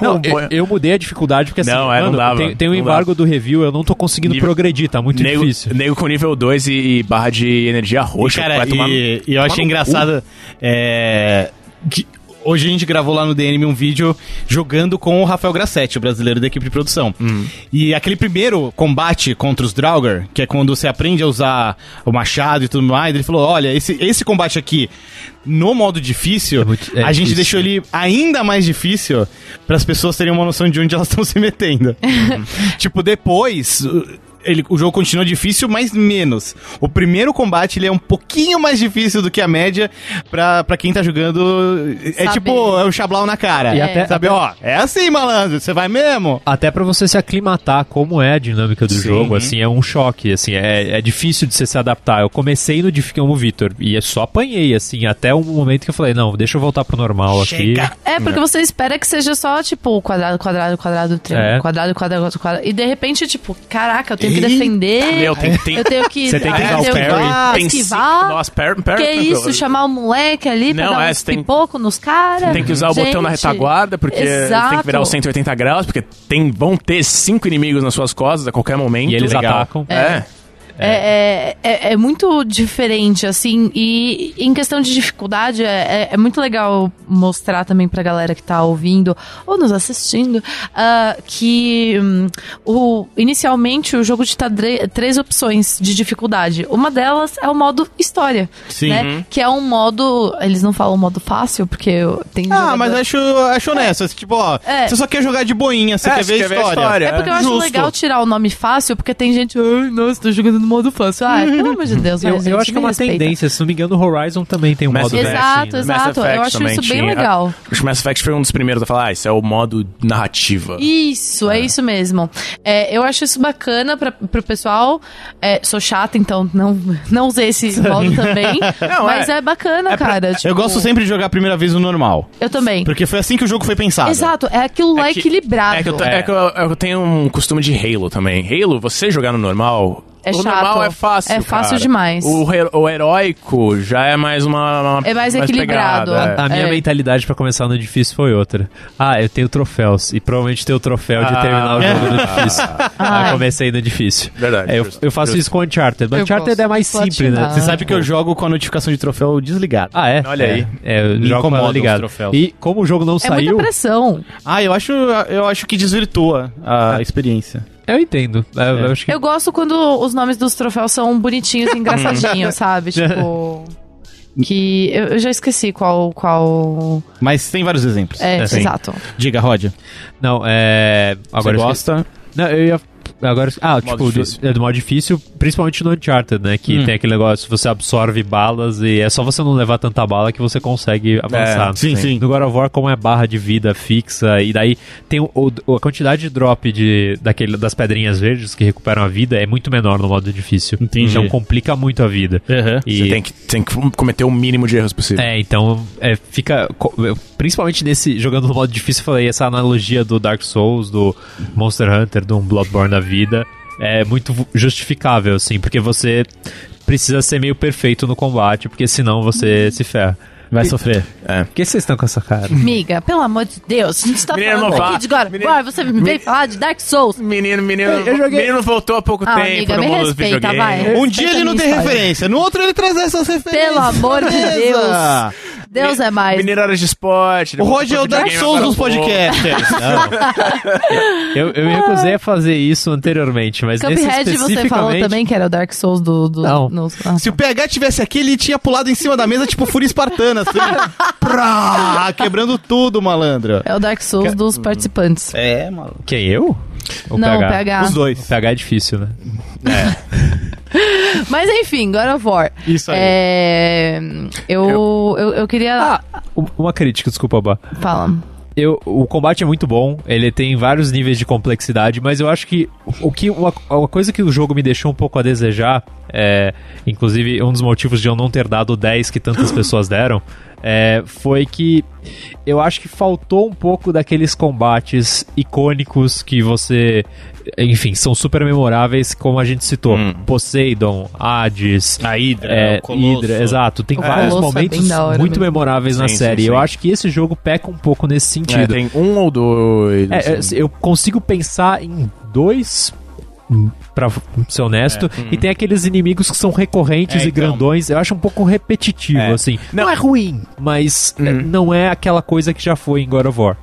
S4: Não, é eu, eu mudei a dificuldade porque assim,
S2: Não, é, não
S4: mano,
S2: dava,
S4: tem, tem um
S2: não
S4: embargo do review, eu não tô conseguindo
S2: Nível-
S4: progredir, tá muito
S2: nego,
S4: difícil.
S2: nego com nível 2 e, e barra de energia
S1: E,
S2: roxa.
S1: cara,
S2: vai tomar no-
S1: e, e eu
S2: tomar
S1: achei
S2: no
S1: engraçado. é, que hoje a gente gravou lá no DNM um vídeo jogando com o Rafael Grassetti, o brasileiro da equipe de produção.
S2: Hum.
S1: E aquele primeiro combate contra os Draugr, que é quando você aprende a usar o machado e tudo mais, ele falou: olha, esse, esse combate aqui. No modo difícil,
S4: É muito- é
S1: a gente
S4: difícil.
S1: deixou ele ainda mais difícil para as pessoas terem uma noção de onde elas estão se metendo. Tipo, depois. uh, Ele, o jogo continua difícil, mas menos. O primeiro combate ele é um pouquinho mais difícil do que a média pra, pra quem tá jogando. É
S3: Sabe.
S1: tipo, é um chablau na cara.
S4: E
S2: tá,
S4: até-
S1: Sabe, ó, é assim, malandro, você vai mesmo.
S4: Até pra você se aclimatar como é a dinâmica do
S2: Sim.
S4: jogo, assim, é um choque, assim, é, é difícil de você se adaptar. Eu comecei no Diff como o Vitor e eu só apanhei, assim, até um momento que eu falei, não, deixa eu voltar pro normal aqui.
S3: É, porque
S2: Né?
S3: você espera que seja só, tipo, quadrado, quadrado, quadrado, triângulo,
S4: É.
S3: quadrado, quadrado, quadrado. E de repente, tipo, caraca, eu tenho que
S1: Eita,
S3: defender.
S2: Ah, meu, tem- tem-
S3: Eu tenho que. Ah,
S4: Você tem que
S3: eu
S4: dar o
S3: tenho
S4: parry.
S3: dar,
S2: Tem
S3: esquivar.
S2: cinco- nossa, parry- parry
S3: Que
S2: tranquilo.
S3: isso, chamar o moleque ali pra
S2: Não,
S3: dar
S2: é,
S3: uns
S2: você tem-
S3: pipoco nos caras.
S2: Tem que usar o botão na retaguarda, porque
S3: Exato.
S2: tem que virar os 180 graus, porque tem, vão ter cinco inimigos nas suas costas a qualquer momento.
S4: E eles
S2: Legal.
S4: atacam.
S2: É.
S3: É, é, é- é muito diferente, assim, e em questão de dificuldade, é, é- é muito legal mostrar também pra galera que tá ouvindo ou nos assistindo ah, que hum, o, inicialmente o jogo te dá dre- três opções de dificuldade. Uma delas é o modo história,
S1: Sim.
S4: Uhum.
S3: né? Que é um modo... Eles não falam modo fácil, porque eu- tem
S1: Ah,
S3: jogador-
S1: mas acho, acho honesto. assim, Tipo, ó,
S3: É.
S1: você só quer jogar de boinha, você
S2: É,
S1: quer
S2: você
S1: ver a
S2: quer ver a
S1: história.
S2: história.
S3: É porque eu acho
S1: é Justo.
S3: legal tirar o nome fácil, porque tem gente, ai, nossa, tô jogando no modo fácil. Ah, pelo amor de Deus, vai,
S4: Eu,
S3: gente,
S4: eu acho que é
S3: me
S4: uma
S3: respeita.
S4: tendência, se não me engano, o Horizon também tem um
S2: Mass
S4: modo
S2: Effect,
S4: desse,
S3: Exato,
S4: né?
S3: exato. Eu acho
S2: também
S3: isso bem
S2: tinha.
S3: legal.
S2: Acho que Mass Effect foi um dos primeiros a falar, ah, isso é o modo narrativa.
S3: Isso, é, isso mesmo. É, eu acho isso bacana pra, pro pessoal. É, sou chata, então não, não usei esse modo também.
S2: Não,
S3: mas
S2: é.
S3: é, bacana, cara. tipo,
S1: Eu gosto sempre de jogar a primeira vez no normal.
S3: Eu também.
S1: Porque foi assim que o jogo foi pensado.
S3: Exato, é aquilo lá
S2: É que-
S3: equilibrado.
S2: É que, eu, tô- é que eu- eu tenho um costume de Halo também. Halo, você jogar no normal.
S3: É
S2: o
S3: chato.
S2: normal é fácil.
S3: É fácil
S2: cara.
S3: demais.
S2: O, hero- o heróico já é mais uma. uma-
S3: É mais equilibrado.
S2: pegada,
S4: A minha
S3: É.
S4: mentalidade pra começar no difícil foi outra. Ah, eu tenho troféus. E provavelmente tenho o troféu de
S2: Ah.
S4: terminar o jogo no difícil. Aí
S3: Ai.
S4: eu comecei no difícil.
S2: Verdade,
S4: É, eu,
S2: justo,
S4: eu faço
S2: justo.
S4: isso com o Uncharted.
S3: Ah. Eu
S4: O Uncharted
S3: gosto.
S4: é mais simples, né?
S3: Platinar.
S1: Você sabe que eu jogo com a notificação de troféu desligada.
S4: Ah, é?
S2: Olha
S4: É.
S2: aí.
S4: É, eu
S1: Me
S4: jogo com ela
S1: incomoda
S4: ligada.
S1: os troféus.
S4: E como o jogo não
S3: É
S4: saiu,
S3: muita pressão.
S1: Ah, eu acho, eu acho que desvirtua a experiência.
S4: eu entendo. Eu, eu acho que...
S3: Eu gosto quando os nomes dos troféus são bonitinhos e engraçadinhos, sabe? Tipo. Que eu, eu já esqueci qual. qual...
S1: Mas tem vários exemplos.
S3: É,
S1: Assim.
S3: exato.
S1: Diga, Roger.
S4: Não, é... Agora
S1: você
S4: eu esqueci-
S1: gosta?
S4: Não, eu ia. Agora, ah,
S2: Modo
S4: tipo,
S2: difícil.
S4: do, é do modo difícil, principalmente no Uncharted, né? Que
S1: Hum.
S4: tem aquele negócio, você absorve balas e é só você não levar tanta bala que você consegue avançar.
S1: É, sim, sim.
S4: No God of War, como é barra de vida fixa, e daí tem o, o- a quantidade de drop de, daquele, das pedrinhas verdes que recuperam a vida é muito menor no modo difícil.
S1: Entendi.
S4: Então complica muito a vida.
S1: Aham.
S4: E-
S2: Você tem que, tem que cometer o mínimo de erros possível.
S4: é, então é, fica. co- eu, Principalmente nesse. Jogando no modo difícil, eu falei essa analogia do Dark Souls, do Monster Hunter, do Bloodborne da vida. É muito vu- justificável, assim, porque você precisa ser meio perfeito no combate, porque senão você se ferra. É.
S1: Vai sofrer.
S4: Por que vocês estão com essa cara?
S3: Miga, pelo amor de Deus, a gente tá
S2: Menina,
S3: falando
S2: não vá.
S3: aqui de agora.
S2: Menina-
S3: Agora você me veio falar de Dark Souls.
S2: Menino, menino.
S4: Eu joguei-
S2: Menino voltou há pouco
S3: Ah,
S2: tempo
S3: amiga,
S2: no
S3: me
S2: mundo dos
S3: respeita,
S2: videogames.
S3: vai.
S1: Um dia ele não tem
S3: Respeita a minha
S1: referência, no outro ele traz essas referências.
S3: Pelo amor de
S1: Beleza.
S3: Deus é mais.
S2: Menino era de esporte.
S1: O Roger é o Dark Souls dos
S2: podcast.
S1: podcasters.
S4: Eu, eu me recusei a fazer isso anteriormente, mas nesse
S3: Cuphead, você falou
S4: especificamente...
S3: também que era o Dark Souls do. do
S4: Não.
S3: no- ah.
S1: Se o PH tivesse aqui, ele tinha pulado em cima da mesa, tipo fúria espartana, assim. Prá, quebrando tudo, malandro.
S3: É o Dark Souls dos participantes.
S1: É, maluco.
S4: Quem, eu? Ou
S3: Não, PH.
S1: Os
S4: O
S1: dois.
S4: PH é difícil, né?
S3: Mas enfim, God of War.
S1: Isso aí.
S3: É, eu, eu, eu queria.
S1: Ah,
S4: U- Um, Uma crítica, desculpa, Bá.
S3: Fala.
S4: Eu, o combate é muito bom, ele tem vários níveis de complexidade, mas eu acho que o o que uma, uma coisa que o jogo me deixou um pouco a desejar, é, inclusive um dos motivos de eu não ter dado o 10 que tantas pessoas deram, é, foi que eu acho que faltou um pouco daqueles combates icônicos que você, enfim, são super memoráveis, como a gente citou,
S2: Hum.
S4: Poseidon, Hades,
S1: A Hydra,
S4: é,
S1: o Colosso.
S4: Hydra, exato. Tem
S3: O
S4: vários
S3: Colosso é bem
S4: momentos
S3: da hora
S4: muito
S3: mesmo.
S4: memoráveis na
S2: Sim, sim,
S4: série. Eu
S2: sim.
S4: acho que esse jogo peca um pouco nesse
S2: É,
S4: sentido.
S2: tem um ou dois.
S4: É,
S2: assim.
S4: eu consigo pensar em dois pra ser honesto, e tem aqueles inimigos que são recorrentes
S1: É,
S4: e
S1: então.
S4: grandões, eu acho um pouco repetitivo,
S2: É.
S4: assim. Não,
S2: Não.
S4: é ruim, mas é, não é aquela coisa que já foi em God of War.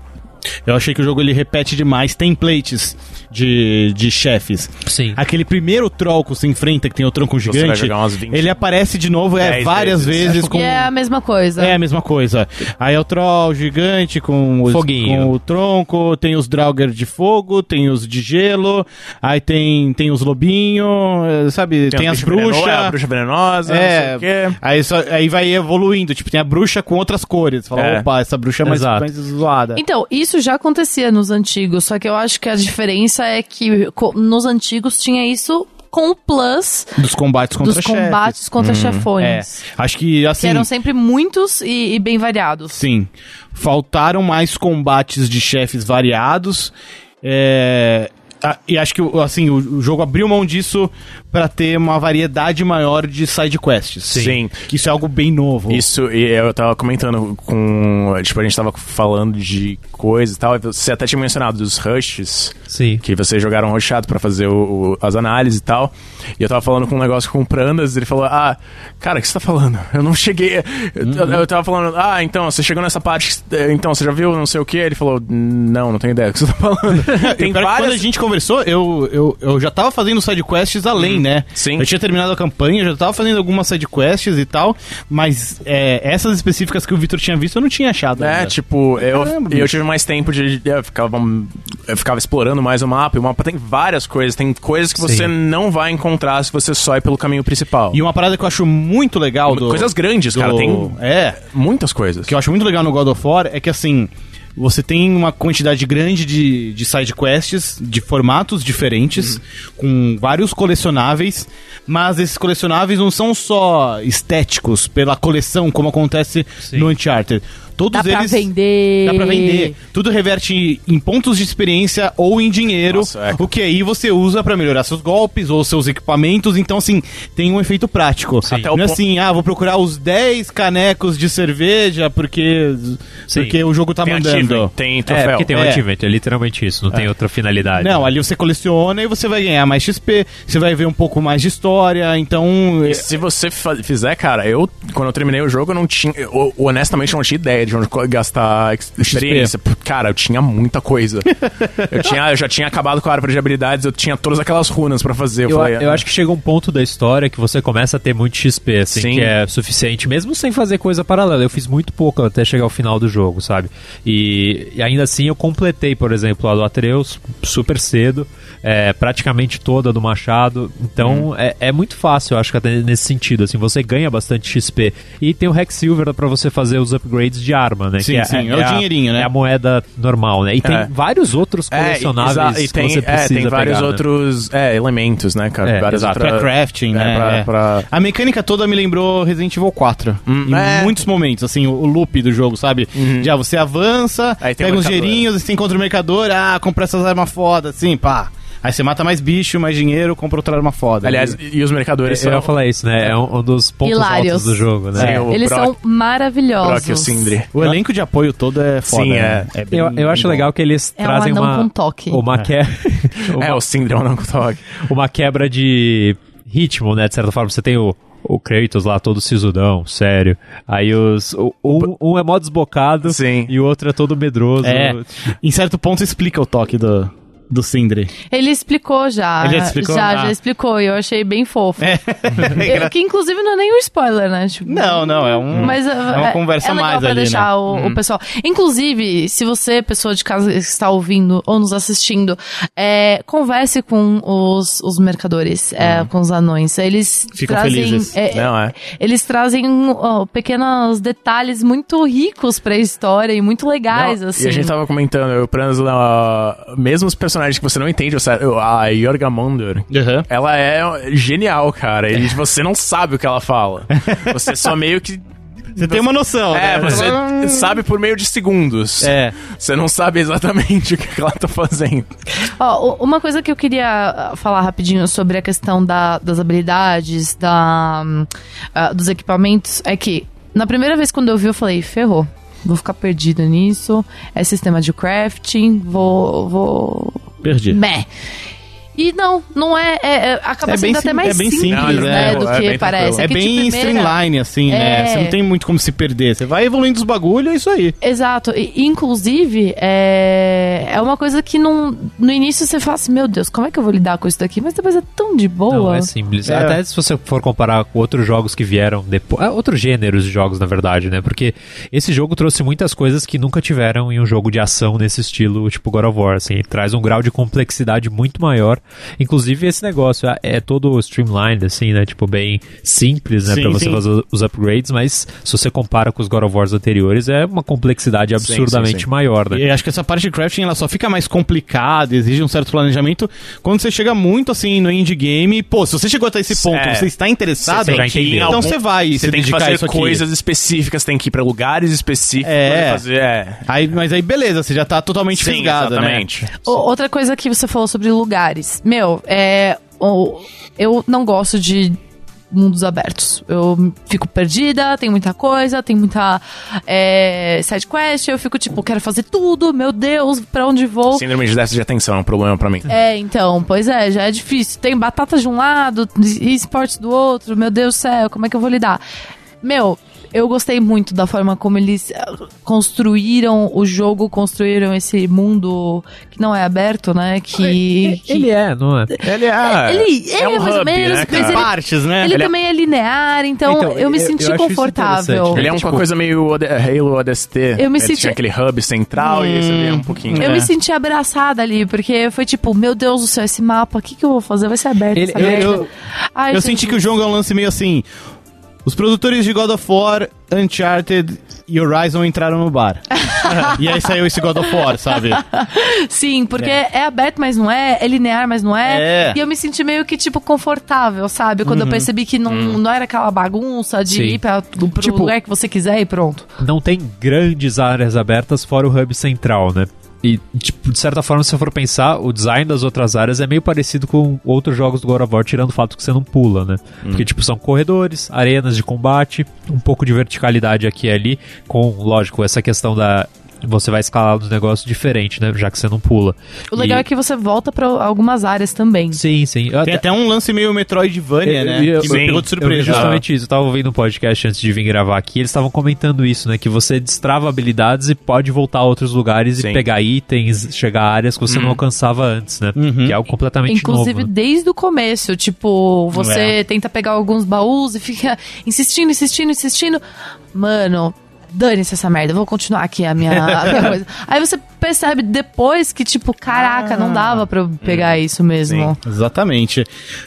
S1: Eu achei que o jogo ele repete demais templates de, de chefes.
S4: Sim.
S1: Aquele primeiro troll que você enfrenta, que tem o tronco
S2: vai
S1: gigante,
S2: jogar umas 20.
S1: ele aparece de novo é,
S2: Dez
S1: várias
S2: vezes.
S1: vezes, com...
S3: E é a mesma coisa.
S1: É a mesma coisa. Aí é o troll gigante com, os,
S4: Foguinho.
S1: com o tronco, tem os Draugr de fogo, tem os de gelo, aí tem, tem os lobinhos, sabe? Tem,
S2: um
S1: as
S2: bicho veneno-
S1: bruxas.
S2: é, a bruxa venenosa,
S1: É.
S2: não sei o quê.
S1: Aí, só- aí vai evoluindo, tipo, tem a bruxa com outras cores. Fala,
S2: É.
S1: opa, essa bruxa é mais,
S4: Exato.
S1: mais zoada.
S3: Então, isso já acontecia nos antigos, só que eu acho que a diferença é que co- nos antigos tinha isso com o plus
S1: Dos combates contra
S3: dos
S1: chefes.
S3: combates contra
S1: É.
S3: chefões.
S1: Acho que
S3: Que
S1: assim.
S3: eram sempre muitos e, e bem variados.
S1: Sim. Faltaram mais combates de chefes variados. é, a- e acho que o- assim, o, o jogo abriu mão disso pra ter uma variedade maior de side quests.
S2: Sim.
S1: Isso é algo bem novo.
S2: Isso, e eu tava comentando com. Tipo, a gente tava falando de coisa e tal. e Você até tinha mencionado dos rushes.
S4: Sim.
S2: Que vocês jogaram rochado pra fazer o- o- as análises e tal. E eu tava falando com um negócio com o Prandas, ele falou: Ah, cara, o que você tá falando? Eu não cheguei. Eu,
S1: Uhum.
S2: eu tava falando, ah, então, você chegou nessa parte. eh, Então, você já viu não sei o que? Ele falou, não, não tenho ideia do que você tá falando.
S1: Tem
S2: Tem
S1: Quando a
S2: várias.
S1: gente conversou, eu, eu, eu já tava fazendo side quests além, né?
S2: Uhum. sim.
S1: Eu tinha terminado a campanha, eu já tava fazendo algumas side quests e tal, mas é, essas específicas que o Victor tinha visto eu não tinha achado.
S2: Né?
S1: ainda.
S2: Tipo, eu,
S1: É. Caramba,
S2: é, eu
S1: bicho.
S2: tive mais tempo de. Eu ficava, eu ficava explorando explorando mais o mapa. E o mapa tem várias coisas. Tem coisas que você
S4: Sim.
S2: não vai encontrar se você só ir pelo caminho principal.
S1: E uma parada que eu acho muito legal do.
S2: Coisas grandes,
S1: do-
S2: cara. Tem
S1: É.
S2: muitas coisas.
S1: O que eu acho muito legal no God of War é que assim. Você tem uma quantidade grande de, de side quests, de formatos diferentes, com vários colecionáveis, mas esses colecionáveis não são só estéticos pela coleção, como acontece
S4: Sim.
S1: no Uncharted. Todos
S3: Dá pra
S1: eles
S3: vender.
S1: dá pra vender. Tudo reverte em- em pontos de experiência ou em dinheiro,
S2: Nossa, é, cara.
S1: o que aí você usa pra melhorar seus golpes ou seus equipamentos. Então, assim, tem um efeito prático.
S4: Sim.
S1: Não é assim, ah, vou procurar os 10 canecos de cerveja porque,
S4: Sim.
S1: porque o jogo tá
S2: tem achievement,
S1: mandando.
S2: tem
S4: É,
S2: troféu.
S4: porque tem um
S1: É.
S4: achievement, é literalmente isso, não tem outra finalidade.
S1: Não, ali você coleciona e você vai ganhar mais XP, você vai ver um pouco mais de história, então...
S2: E se você fa- fizer, cara, eu, quando eu terminei o jogo, eu não tinha. Eu, honestamente, eu não tinha ideia de onde co- gastar ex- experiência. Pô, Cara, eu tinha muita coisa. eu, tinha, eu já tinha acabado com a árvore de habilidades, eu tinha todas aquelas runas pra fazer. Eu,
S4: Eu,
S2: falei, "Ah."
S4: eu acho que chega um ponto da história que você começa a ter muito XP, assim,
S2: Sim.
S4: que é suficiente, mesmo sem fazer coisa paralela. Eu fiz muito pouco até chegar ao final do jogo, sabe? E, e ainda assim eu completei, por exemplo, a do Atreus super cedo, é, praticamente toda do Machado.
S2: Uhum.
S4: Então é, é muito fácil, eu acho que até nesse sentido, assim, você ganha bastante XP. E tem o Rex Silver pra você fazer os upgrades de arma, né?
S1: Sim,
S4: que
S1: sim, é o
S4: a-
S1: dinheirinho, né?
S4: É a moeda normal, né? E tem
S2: É.
S4: vários outros
S2: É,
S4: colecionáveis
S2: exa- e tem,
S4: que você
S2: é,
S4: precisa
S2: tem vários
S4: pegar, né?
S2: outros é, elementos, né, cara?
S4: É,
S2: vários
S4: exato.
S1: Pra crafting, né?
S2: Pra,
S1: é.
S2: pra-
S1: A mecânica toda me lembrou Resident Evil 4. em
S2: é. Uhum.
S1: muitos momentos, assim, o, o loop do jogo, sabe? Já você avança,
S2: Aí tem
S1: pega
S2: o
S1: uns
S2: mercador.
S1: dinheirinhos, você encontra o mercador, ah, compra essas armas foda, assim, pá. Aí você mata mais bicho, mais dinheiro, compra outra arma foda.
S2: Aliás, e os mercadores
S4: Eu
S2: são
S4: ia falar isso, né? É um, um dos pontos
S3: Hilários.
S4: altos do jogo, né?
S2: Sim, o
S3: Eles
S2: Brock-
S3: são maravilhosos.
S2: Brock e o Sindri.
S1: o elenco de apoio todo é foda.
S2: Sim,
S1: né?
S2: é.
S1: bem-
S4: Eu, eu acho
S1: bem
S4: legal que eles
S3: É um
S4: trazem
S3: anão
S4: uma,
S3: com toque.
S4: uma, que...
S2: É,
S4: uma,
S2: o Sindri é o Nangotok.
S4: uma quebra de ritmo, né? De certa forma, você tem o, o Kratos lá todo sisudão, sério. Aí os, o- um, um é mó desbocado
S2: Sim.
S4: e o outro é todo medroso.
S1: É, em certo ponto explica o toque do, do Sindri.
S3: Ele explicou já.
S1: Ele já explicou?
S3: Já,
S1: Ah. É,
S3: já explicou. E eu achei bem fofo.
S2: É.
S3: Eu- que inclusive não é nem um spoiler, né? Tipo,
S1: Não, não, é um.
S3: Mas,
S1: é uma conversa
S3: é legal
S1: mais
S3: pra
S1: ali,
S3: deixar
S1: né?
S3: o, o pessoal. Inclusive, se você, pessoa de casa que está ouvindo ou nos assistindo, é, converse com os, os mercadores, é, com os anões. Eles
S1: Ficam
S3: trazem,
S1: felizes.
S3: é,
S2: Não, é.
S3: Eles trazem ó, pequenos detalhes muito ricos pra história e muito legais,
S2: Não, E
S3: assim.
S2: a gente tá tava comentando, eu Pranzo, mesmo os personagens que você não entende, você, a Jorgamundr,
S1: Aham.
S2: ela é genial, cara.
S4: É.
S2: E você não sabe o que ela fala. Você só meio que.
S1: Você tem uma noção,
S2: É,
S1: né?
S2: você sabe por meio de segundos.
S1: É.
S2: Você não sabe exatamente o que ela tá fazendo.
S3: Ó, u- uma coisa que eu queria ah, falar rapidinho sobre a questão da- das habilidades, da, hum, ah, dos equipamentos, é que na primeira vez quando eu vi, eu falei, ferrou. Vou ficar perdido nisso. É sistema de crafting, vou. vou...
S1: Perdi.
S3: Mé. E não, não é. é- é- acaba
S1: É bem
S3: sendo até
S1: sim-
S3: mais
S1: é bem
S3: simples,
S1: simples,
S3: né?
S1: é.
S3: do
S2: É
S3: que
S2: bem
S3: parece.
S2: tranquilo.
S1: É
S3: que de
S1: bem
S3: primeira-
S1: streamline, assim,
S3: É.
S1: né? Você não tem muito como se perder. Você vai evoluindo os bagulhos, é isso aí.
S3: Exato. E, inclusive, é, é uma coisa que não, no início você fala assim, meu Deus, como é que eu vou lidar com isso daqui? Mas depois é tão de
S4: Não,
S3: boa.
S4: é simples.
S1: É.
S4: Até se você for comparar com outros jogos que vieram depois. ah, Outros gêneros de jogos, na verdade, né? Porque esse jogo trouxe muitas coisas que nunca tiveram em um jogo de ação nesse estilo, tipo God of War. Assim, Ele traz um grau de complexidade muito maior. Inclusive, esse negócio é, é todo streamlined, assim, né? Tipo, bem simples, né?
S1: Sim,
S4: pra você
S1: sim.
S4: fazer os upgrades. Mas se você compara com os God of Wars anteriores, é uma complexidade
S2: sim,
S4: absurdamente
S2: sim.
S4: maior, né?
S1: E é acho que essa parte de crafting ela só fica mais complicada, exige um certo planejamento. Quando você chega muito assim no indie game, pô, se você chegou até esse ponto,
S2: É.
S1: você está interessado,
S4: Você já
S1: então
S4: entendeu.
S1: então você vai
S2: Você
S1: se
S2: tem que
S1: dedicar a
S2: fazer
S1: isso aqui.
S2: coisas específicas, tem que ir pra lugares específicos
S1: É.
S2: pra fazer. É.
S1: Aí, mas aí beleza, você já tá totalmente
S2: Sim,
S1: fisgado,
S2: exatamente.
S3: O- outra coisa que você falou sobre lugares. Meu, é. o- eu não gosto de mundos abertos. Eu fico perdida, tem muita coisa, tem muita é, side quest, eu fico tipo, quero fazer tudo, meu Deus, pra onde vou?
S2: Síndrome de déficit de atenção é um problema pra mim.
S3: É, então, pois é, já é difícil. Tem batata de um lado e esportes do outro, meu Deus do céu, como é que eu vou lidar? Meu, eu gostei muito da forma como eles ah, construíram o jogo, construíram esse mundo que não é aberto, né? Que. que-
S4: Ele é, não é?
S2: Ele é.
S3: Ele- ele é mais ou menos, mas
S2: cara?
S3: ele-
S1: Partes, né?
S3: Ele,
S2: Ele é-
S3: também é linear, então,
S4: Então,
S3: eu me
S4: eu-
S3: senti
S4: eu acho isso
S3: confortável.
S4: interessante,
S2: Ele é uma coisa meio OD- Halo ODST.
S3: Eu me
S2: Ele
S3: senti- Hum,
S2: Tinha aquele hub central e você via um pouquinho.
S3: Eu
S2: É.
S3: me senti abraçada ali, porque foi tipo, meu Deus do céu, esse mapa, o que, que eu vou fazer? Vai ser aberto
S4: Ele-
S3: essa
S4: eu-
S1: é,
S3: merda.
S1: eu-
S3: Ai,
S1: Eu
S3: gente,
S1: senti que o jogo é um lance meio assim. Os produtores de God of War, Uncharted e Horizon entraram no bar. e aí saiu esse God of War, sabe?
S3: Sim, porque é. aberto, mas não é, é linear, mas não é.
S1: É.
S3: E eu me senti meio que, tipo, confortável, sabe? Quando eu percebi que não, não era aquela bagunça de
S4: Uhum. Sim.
S3: ir pra, pro
S4: Tipo-
S3: lugar que você quiser e pronto.
S4: não tem grandes áreas abertas fora o hub central, né? E, tipo, de certa forma, se você for pensar, o design das outras áreas é meio parecido com outros jogos do God of War, tirando o fato que você não pula, né? Porque, tipo, são corredores, arenas de combate, um pouco de verticalidade aqui e ali, com, lógico, essa questão da. Você vai escalar nos negócios diferente, né? Já que você não pula.
S3: O legal
S4: E-
S3: é que você volta pra algumas áreas também.
S4: Sim, sim. Eu
S1: Tem
S4: até-
S1: até um lance meio Metroidvania,
S4: É, Eu-
S1: né?
S4: eu-
S1: que
S2: sim,
S1: me pegou de
S4: Eu vi
S1: surpresa.
S4: justamente isso. Eu tava ouvindo um podcast antes de vir gravar aqui. Eles estavam comentando isso, né? Que você destrava habilidades e pode voltar a outros lugares e
S2: Sim.
S4: pegar itens, chegar a áreas que você não alcançava antes, né? Que é algo completamente
S3: Inclusive,
S4: novo. né?
S3: desde o começo, tipo, você
S1: É.
S3: tenta pegar alguns baús e fica insistindo, insistindo, insistindo. Mano, dane-se essa merda, eu vou continuar aqui a minha, a minha coisa. Aí você percebe depois que, tipo, caraca, não dava pra eu pegar
S4: Uhum.
S3: isso mesmo.
S1: Exatamente.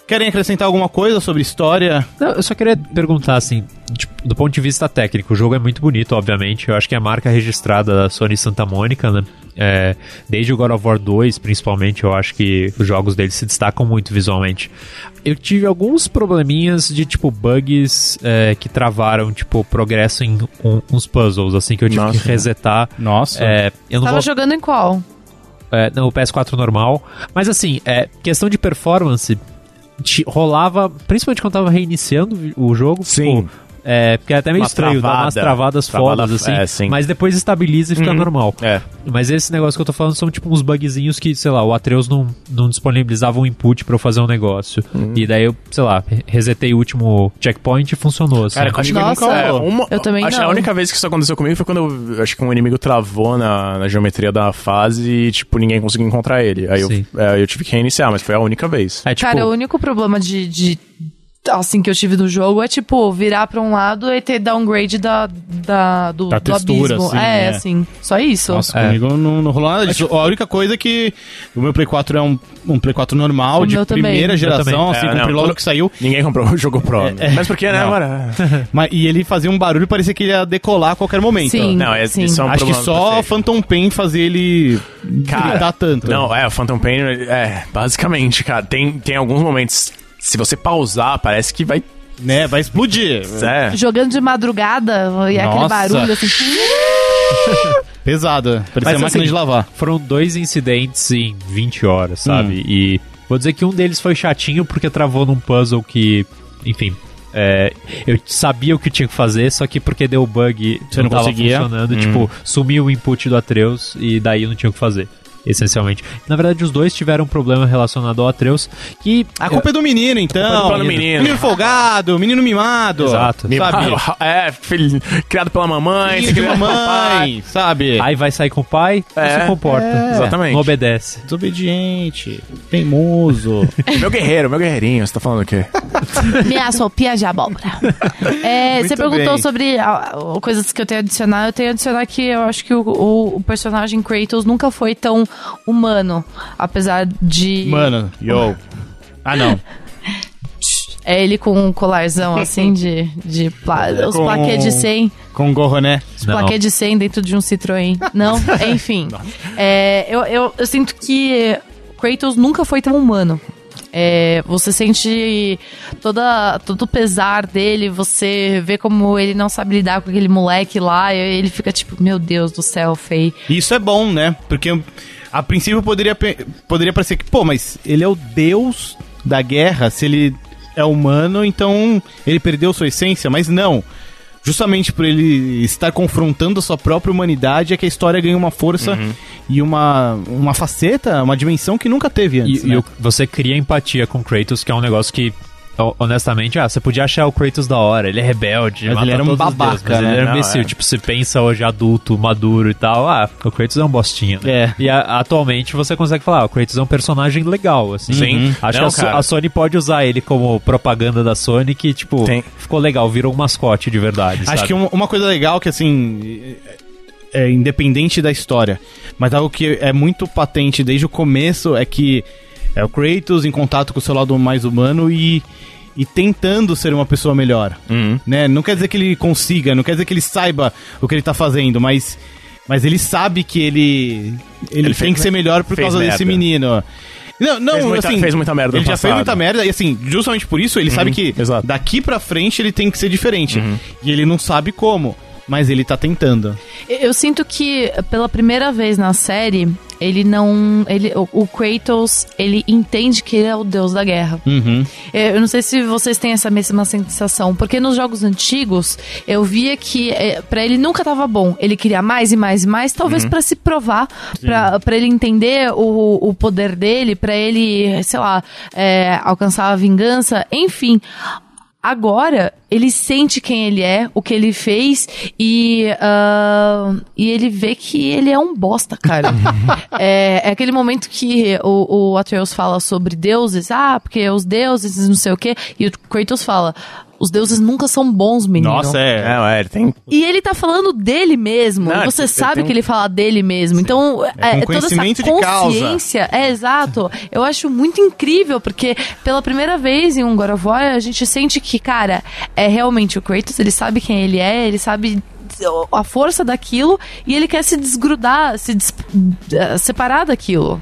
S1: Querem acrescentar alguma coisa sobre história?
S4: Não, eu só queria perguntar, assim, tipo, do ponto de vista técnico, o jogo é muito bonito, obviamente. Eu acho que é a marca registrada da Sony Santa Mônica, né? É, desde o God of War 2, principalmente, eu acho que os jogos deles se destacam muito visualmente. Eu tive alguns probleminhas de, tipo, bugs é, que travaram, tipo, progresso em um- uns puzzles, assim, que eu tive
S2: Nossa.
S4: que resetar.
S1: Nossa.
S4: É, eu não
S3: Tava
S4: vou...
S3: jogando em qual?
S4: É, não, o PS4 normal. Mas assim, é, questão de performance, te- rolava, principalmente quando tava reiniciando o vi- o jogo.
S2: Sim.
S4: tipo, é, porque é até meio
S2: Uma
S4: estranho, dá umas
S2: travada.
S4: travadas
S2: Travada,
S4: fodas, assim.
S2: é, sim.
S4: Mas depois estabiliza e fica
S2: Uhum.
S4: normal.
S2: É.
S4: Mas esse negócio que eu tô falando são tipo uns bugzinhos que, sei lá, o Atreus não, não disponibilizava um input pra eu fazer um negócio.
S2: Uhum.
S4: E daí eu, sei lá, re- resetei o último checkpoint e funcionou. Assim.
S1: Cara, comigo
S3: Nossa.
S1: nunca
S2: É,
S1: rolou.
S2: uma-
S3: Eu também
S2: acho
S3: não.
S2: que A única vez que isso aconteceu comigo foi quando eu acho que um inimigo travou na, na geometria da fase e, tipo, ninguém conseguiu encontrar ele. Aí eu,
S4: Sim.
S2: é, eu tive que reiniciar, mas foi a única vez.
S4: é, tipo,
S3: Cara, o único problema de. de- Assim que eu tive do jogo é tipo virar pra um lado e ter downgrade da, da, do,
S1: Da
S3: do
S1: textura,
S3: abismo.
S1: assim,
S3: é,
S1: é.
S3: assim. Só isso.
S1: Nossa,
S4: É.
S1: comigo não, não rolou nada disso. A única coisa é que o meu Play 4 é um, um Play 4 normal,
S3: O
S1: de
S3: meu também.
S1: primeira
S3: Eu
S1: geração,
S4: também.
S1: assim,
S2: É,
S1: comprei
S2: não,
S1: logo
S2: tudo-
S1: que saiu.
S2: Ninguém comprou o jogo Pro. né? Mas por que, né,
S1: Não.
S2: agora?
S1: Mas, e ele fazia um barulho, parecia que ele ia decolar a qualquer momento.
S3: Sim.
S2: Não, é,
S3: Sim.
S2: isso é um
S1: Acho que
S2: problema
S1: só
S2: perfeito.
S1: Phantom Pain fazia ele
S2: Cara,
S1: gritar tanto.
S2: Não, é, o Phantom Pain, é, basicamente, cara, tem, tem alguns momentos. Se você pausar, parece que vai.
S1: Né, vai explodir.
S2: É,
S3: Jogando de madrugada e aquele
S1: Nossa.
S3: barulho assim.
S1: Pesada. Parecia
S4: Mas,
S1: máquina
S4: assim,
S1: de lavar.
S4: foram dois incidentes em 20 horas, sabe? E vou dizer que um deles foi chatinho porque travou num puzzle que, enfim, é, eu sabia o que tinha que fazer, só que porque deu bug,
S1: Você não
S4: tava
S1: conseguia?
S4: funcionando, tipo, sumiu o input do Atreus e daí eu não tinha o que fazer. Essencialmente. Na verdade, os dois tiveram um problema relacionado ao Atreus, que.
S1: A culpa é do menino, então.
S2: culpa é do menino.
S1: Menino folgado, menino mimado. é
S4: Exato.
S1: Sabe?
S2: é filho, criado pela mamãe,
S1: Filho de
S2: criado pelo papai.
S1: mamãe, sabe?
S4: Aí vai sair com o é pai, não
S2: É.
S4: se comporta.
S2: Exatamente.
S4: Não obedece.
S1: Desobediente, teimoso.
S2: Meu guerreiro, meu guerreirinho, você tá falando o quê?
S3: Me assopia de abóbora. É,
S1: Muito
S3: você perguntou
S1: bem.
S3: sobre a- a- coisas que eu tenho a adicionar. Eu tenho a adicionar que eu acho que o, o- o personagem Kratos nunca foi tão humano. Apesar de.
S1: Mano, yo. Ah, não.
S3: É ele com um colarzão assim de. de pla- os
S1: Com- um
S3: plaquês de 100.
S1: Com gorro, né?
S3: Os
S4: Não.
S3: plaquês Tipo, de 100 dentro de um Citroën. Não, enfim. É, eu, eu, eu sinto que Kratos nunca foi tão humano. É, você sente toda, todo o pesar dele, você vê como ele não sabe lidar com aquele moleque lá, e ele fica tipo, meu Deus do céu, Fei.
S1: Isso é bom, né? Porque a princípio poderia, pe- poderia parecer que, pô, mas ele é o deus da guerra, se ele é humano, então ele perdeu sua essência, mas não. Justamente por ele estar confrontando a sua própria humanidade é que a história ganha uma força
S4: Uhum.
S1: e uma, uma faceta, uma dimensão que nunca teve antes.
S4: E,
S1: né?
S4: e o- você cria empatia com Kratos, que é um negócio que ho- honestamente, ah, você podia achar o Kratos da hora, ele é rebelde,
S1: Mas
S4: mata
S1: ele era um
S4: todos os
S1: babaca,
S4: deuses, mas
S1: né?
S4: ele era
S2: Não,
S4: um imbecil.
S2: é.
S4: Tipo, você pensa hoje adulto, maduro e tal, ah, o Kratos é um bostinha, né?
S1: É.
S4: E a- atualmente você consegue falar, ah, o Kratos é um personagem legal, assim.
S2: Sim.
S4: Acho que
S2: Não,
S4: a, So-
S2: cara.
S4: a Sony pode usar ele como propaganda da Sony, que, tipo,
S2: Tem.
S4: ficou legal, virou um mascote de verdade,
S1: Acho
S4: sabe?
S1: que uma, uma coisa legal que, assim, é, é independente da história, mas algo que é muito patente desde o começo é que é o Kratos em contato com o seu lado mais humano e, e tentando ser uma pessoa melhor,
S2: Uhum.
S1: né? Não quer dizer que ele consiga, não quer dizer que ele saiba o que ele tá fazendo, mas... Mas ele sabe que ele ele,
S2: Ele
S1: tem
S2: fez-
S1: que ser melhor por
S2: fez
S1: causa desse
S2: merda.
S1: menino. Não, não,
S2: Fez muita-
S1: assim,
S2: fez muita merda no
S1: Ele já fez
S2: passado.
S1: muita merda e assim, justamente por isso ele sabe que
S2: Uhum. exato. Uhum.
S1: daqui pra frente ele tem que ser diferente. E ele não sabe como, mas ele tá tentando.
S3: Eu, eu sinto que pela primeira vez na série, ele não. Ele, o, o Kratos, ele entende que ele é o deus da guerra. É, Eu não sei se vocês têm essa mesma sensação, porque nos jogos antigos eu via que é, pra ele nunca tava bom. Ele queria mais e mais e mais, talvez pra se provar, pra pra ele entender o, o poder dele, pra ele, sei lá, é, alcançar a vingança, enfim. Agora ele sente quem ele é, o que ele fez e ah, e ele vê que ele é um bosta, cara. é, é aquele momento que o, o Atreus fala sobre deuses, ah, porque os deuses não sei o quê, e o Kratos fala, os deuses nunca são bons, menino.
S2: Nossa, é. Não, é, ele tem.
S3: E ele tá falando dele mesmo.
S2: Não,
S3: você
S2: ele
S3: sabe
S2: tem um-
S3: que ele fala dele mesmo. Então, é,
S1: um
S3: toda essa
S1: conhecimento de causa.
S3: consciência. É, exato. Eu acho muito incrível, porque pela primeira vez em um God of War, a gente sente que, cara, é realmente o Kratos, ele sabe quem ele é, ele sabe a força daquilo e ele quer se desgrudar, se des- eh, separar daquilo.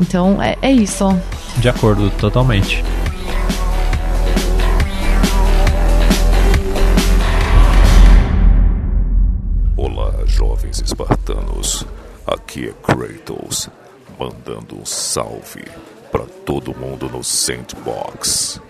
S3: Então, é, é isso.
S1: um
S4: De acordo, totalmente.
S5: Olá, jovens espartanos. Aqui é Kratos, mandando um salve para todo mundo no Sandbox.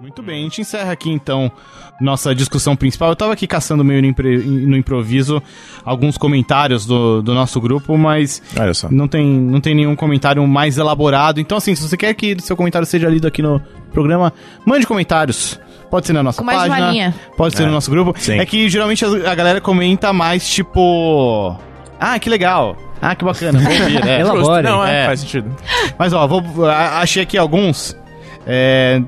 S1: Muito bem, a gente encerra aqui então nossa discussão principal. Eu tava aqui caçando meio no, impre- no improviso alguns comentários do, do nosso grupo, mas
S2: Olha só.
S1: não tem, não tem nenhum comentário mais elaborado. Então, assim, se você quer que seu comentário seja lido aqui no programa, mande comentários. Pode ser na nossa
S3: Com mais de uma
S1: página.
S3: linha.
S1: Pode ser no nosso grupo.
S2: Sim.
S1: É que geralmente a a galera comenta mais tipo. Ah, que legal. Ah, que bacana. Vou ouvir, é.
S4: Ela- Elabore.
S2: Não, é,
S1: É.
S2: faz sentido.
S1: Mas ó, vou, a- achei aqui alguns. É,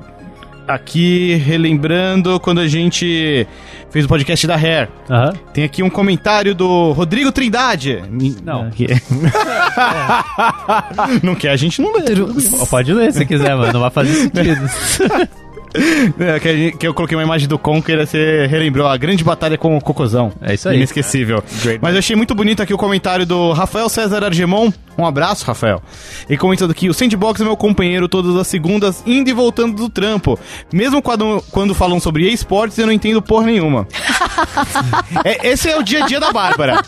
S1: aqui relembrando quando a gente fez o podcast da Hair.
S4: Aham.
S1: Tem aqui um comentário do Rodrigo Trindade. Me-
S4: Não.
S1: que- não quer, a gente não lê.
S4: Pode ler se quiser, mano. Não vai fazer sentido.
S1: É, que, a gente- que eu coloquei uma imagem do Conquer, você relembrou a grande batalha com o Cocozão.
S4: É isso aí. É.
S1: Inesquecível. Mas eu achei muito bonito aqui o comentário do Rafael César Argemon. Um abraço, Rafael. Ele comentando aqui, o Sandbox é meu companheiro todas as segundas, indo e voltando do trampo. Mesmo quando, quando falam sobre esportes, eu não entendo porra nenhuma. É, esse é o dia a dia da Bárbara.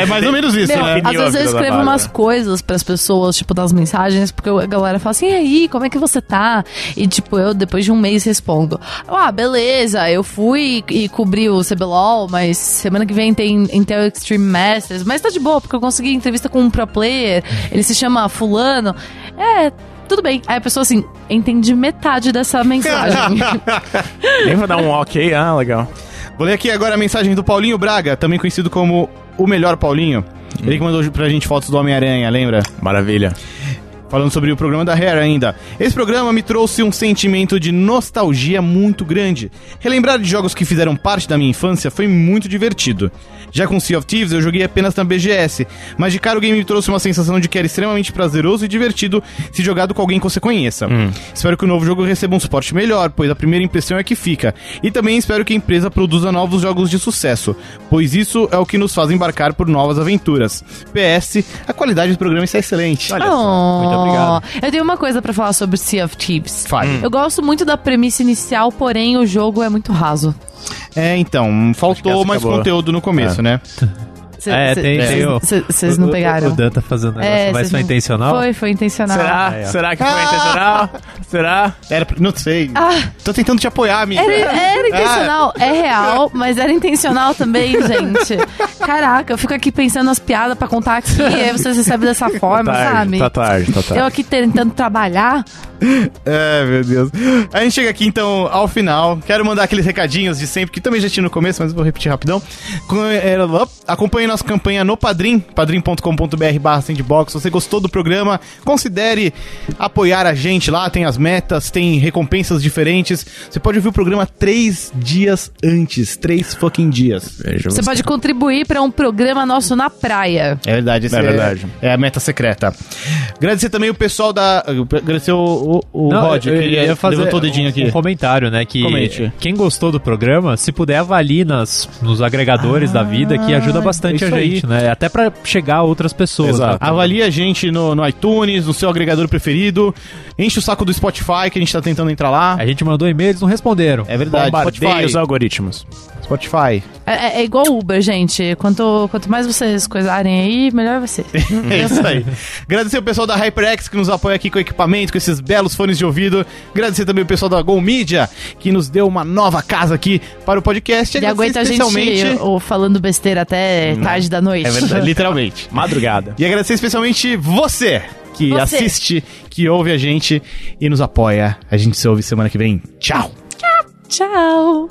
S1: É mais ou menos isso,
S3: Tá
S1: né?
S3: Meu, às vezes eu escrevo umas coisas pras pessoas, tipo, nas mensagens, porque a galera fala assim, e aí, como é que você tá? E, tipo, eu, depois de um mês, respondo, ah, beleza, eu fui e cobri o CBLOL, mas semana que vem tem Intel Extreme Masters, mas tá de boa, porque eu consegui entrevista com um pro player, ele se chama fulano, é... Tudo bem. Aí a pessoa, assim, entende metade dessa mensagem.
S2: Nem pra dar um ok, ah, legal.
S1: Vou ler aqui agora a mensagem do Paulinho Braga, também conhecido como o melhor Paulinho. Ele que mandou pra gente fotos do Homem-Aranha, lembra?
S2: Maravilha.
S1: Falando sobre o programa da Hair ainda. Esse programa me trouxe um sentimento de nostalgia muito grande. Relembrar de jogos que fizeram parte da minha infância foi muito divertido. Já com Sea of Thieves eu joguei apenas na BGS, mas de cara o game me trouxe uma sensação de que era extremamente prazeroso e divertido se jogado com alguém que você conheça. Espero que o novo jogo receba um suporte melhor, pois a primeira impressão é que fica. E também espero que a empresa produza novos jogos de sucesso, pois isso é o que nos faz embarcar por novas aventuras. PS, a qualidade do programa está excelente.
S3: Oh,
S1: obrigado.
S3: Eu tenho uma coisa pra falar sobre Sea of Thieves.
S2: Hum.
S1: Fale.
S3: Eu gosto muito da premissa inicial, porém o jogo é muito raso.
S1: É, então,
S2: que
S1: faltou
S2: essa
S1: mais
S2: acabou. É.
S1: conteúdo no começo, né?
S3: Cê-
S4: É,
S3: cê-
S4: tem-
S3: cê-
S4: tem o-
S3: cê- Vocês não
S4: O- o-
S3: pegaram.
S4: O Dan tá fazendo negócio,
S3: É,
S4: mas
S3: vocês
S4: foi
S3: não-
S4: intencional?
S3: Foi, foi intencional.
S2: Será?
S4: Ah, é.
S2: Será que foi intencional? Será?
S1: Era, pra- não sei.
S3: Ah.
S1: Tô tentando te apoiar, amiga.
S3: Era, era intencional, é real, mas era intencional também, gente. Caraca, eu fico aqui pensando nas piadas pra contar aqui, e aí vocês recebem dessa forma, sabe?
S2: tarde, tá
S3: Eu aqui tentando trabalhar.
S1: É, meu Deus. A gente chega aqui então ao final. Quero mandar aqueles recadinhos de sempre, que também já tinha no começo, mas vou repetir rapidão. Com- é, op, Acompanhe nossa campanha no Padrim, padrim.com.br barra sandbox. Se você gostou do programa, considere apoiar a gente lá. Tem as metas, tem recompensas diferentes. Você pode ouvir o programa três dias antes. Três fucking dias.
S3: Você pode contribuir pra um programa nosso na praia.
S1: É verdade, essa
S2: É
S1: é,
S2: verdade.
S1: é a meta secreta. Agradecer também o pessoal da. Agradecer o, o, o
S4: Não,
S1: Rod, que
S4: eu- eu
S1: ele
S4: ia fazer
S1: levantou o dedinho
S4: um-
S1: aqui.
S4: Um comentário, né? Que
S1: Comente.
S4: quem gostou do programa, se puder, avalie nas, nos agregadores da vida, que
S3: Ah,
S4: ajuda bastante a
S1: isso aí.
S4: gente, né? Até pra chegar a outras pessoas.
S2: Exato.
S4: né?
S1: Avalie a gente no, no iTunes, no seu agregador preferido. Enche o saco do Spotify, que a gente tá tentando entrar lá.
S4: A gente mandou e-mail, eles não responderam.
S1: É verdade,
S2: Bombardeia os
S1: Spotify.
S2: algoritmos.
S1: Spotify.
S3: É, é- é igual Uber, gente. Quanto, quanto mais vocês coisarem aí, melhor vai ser.
S1: É isso aí. Agradecer o pessoal da HyperX que nos apoia aqui com equipamento, com esses belos fones de ouvido. Agradecer também o pessoal da Go Media, que nos deu uma nova casa aqui para o podcast. E
S3: Ele
S1: agradecer
S3: aguenta a gente
S1: especialmente-
S3: ou falando besteira até tarde da noite.
S1: É verdade, literalmente.
S2: Madrugada.
S1: E agradecer especialmente você que
S3: Você.
S1: assiste, que ouve a gente e nos apoia. A gente se ouve semana que vem. Tchau!
S3: Tchau.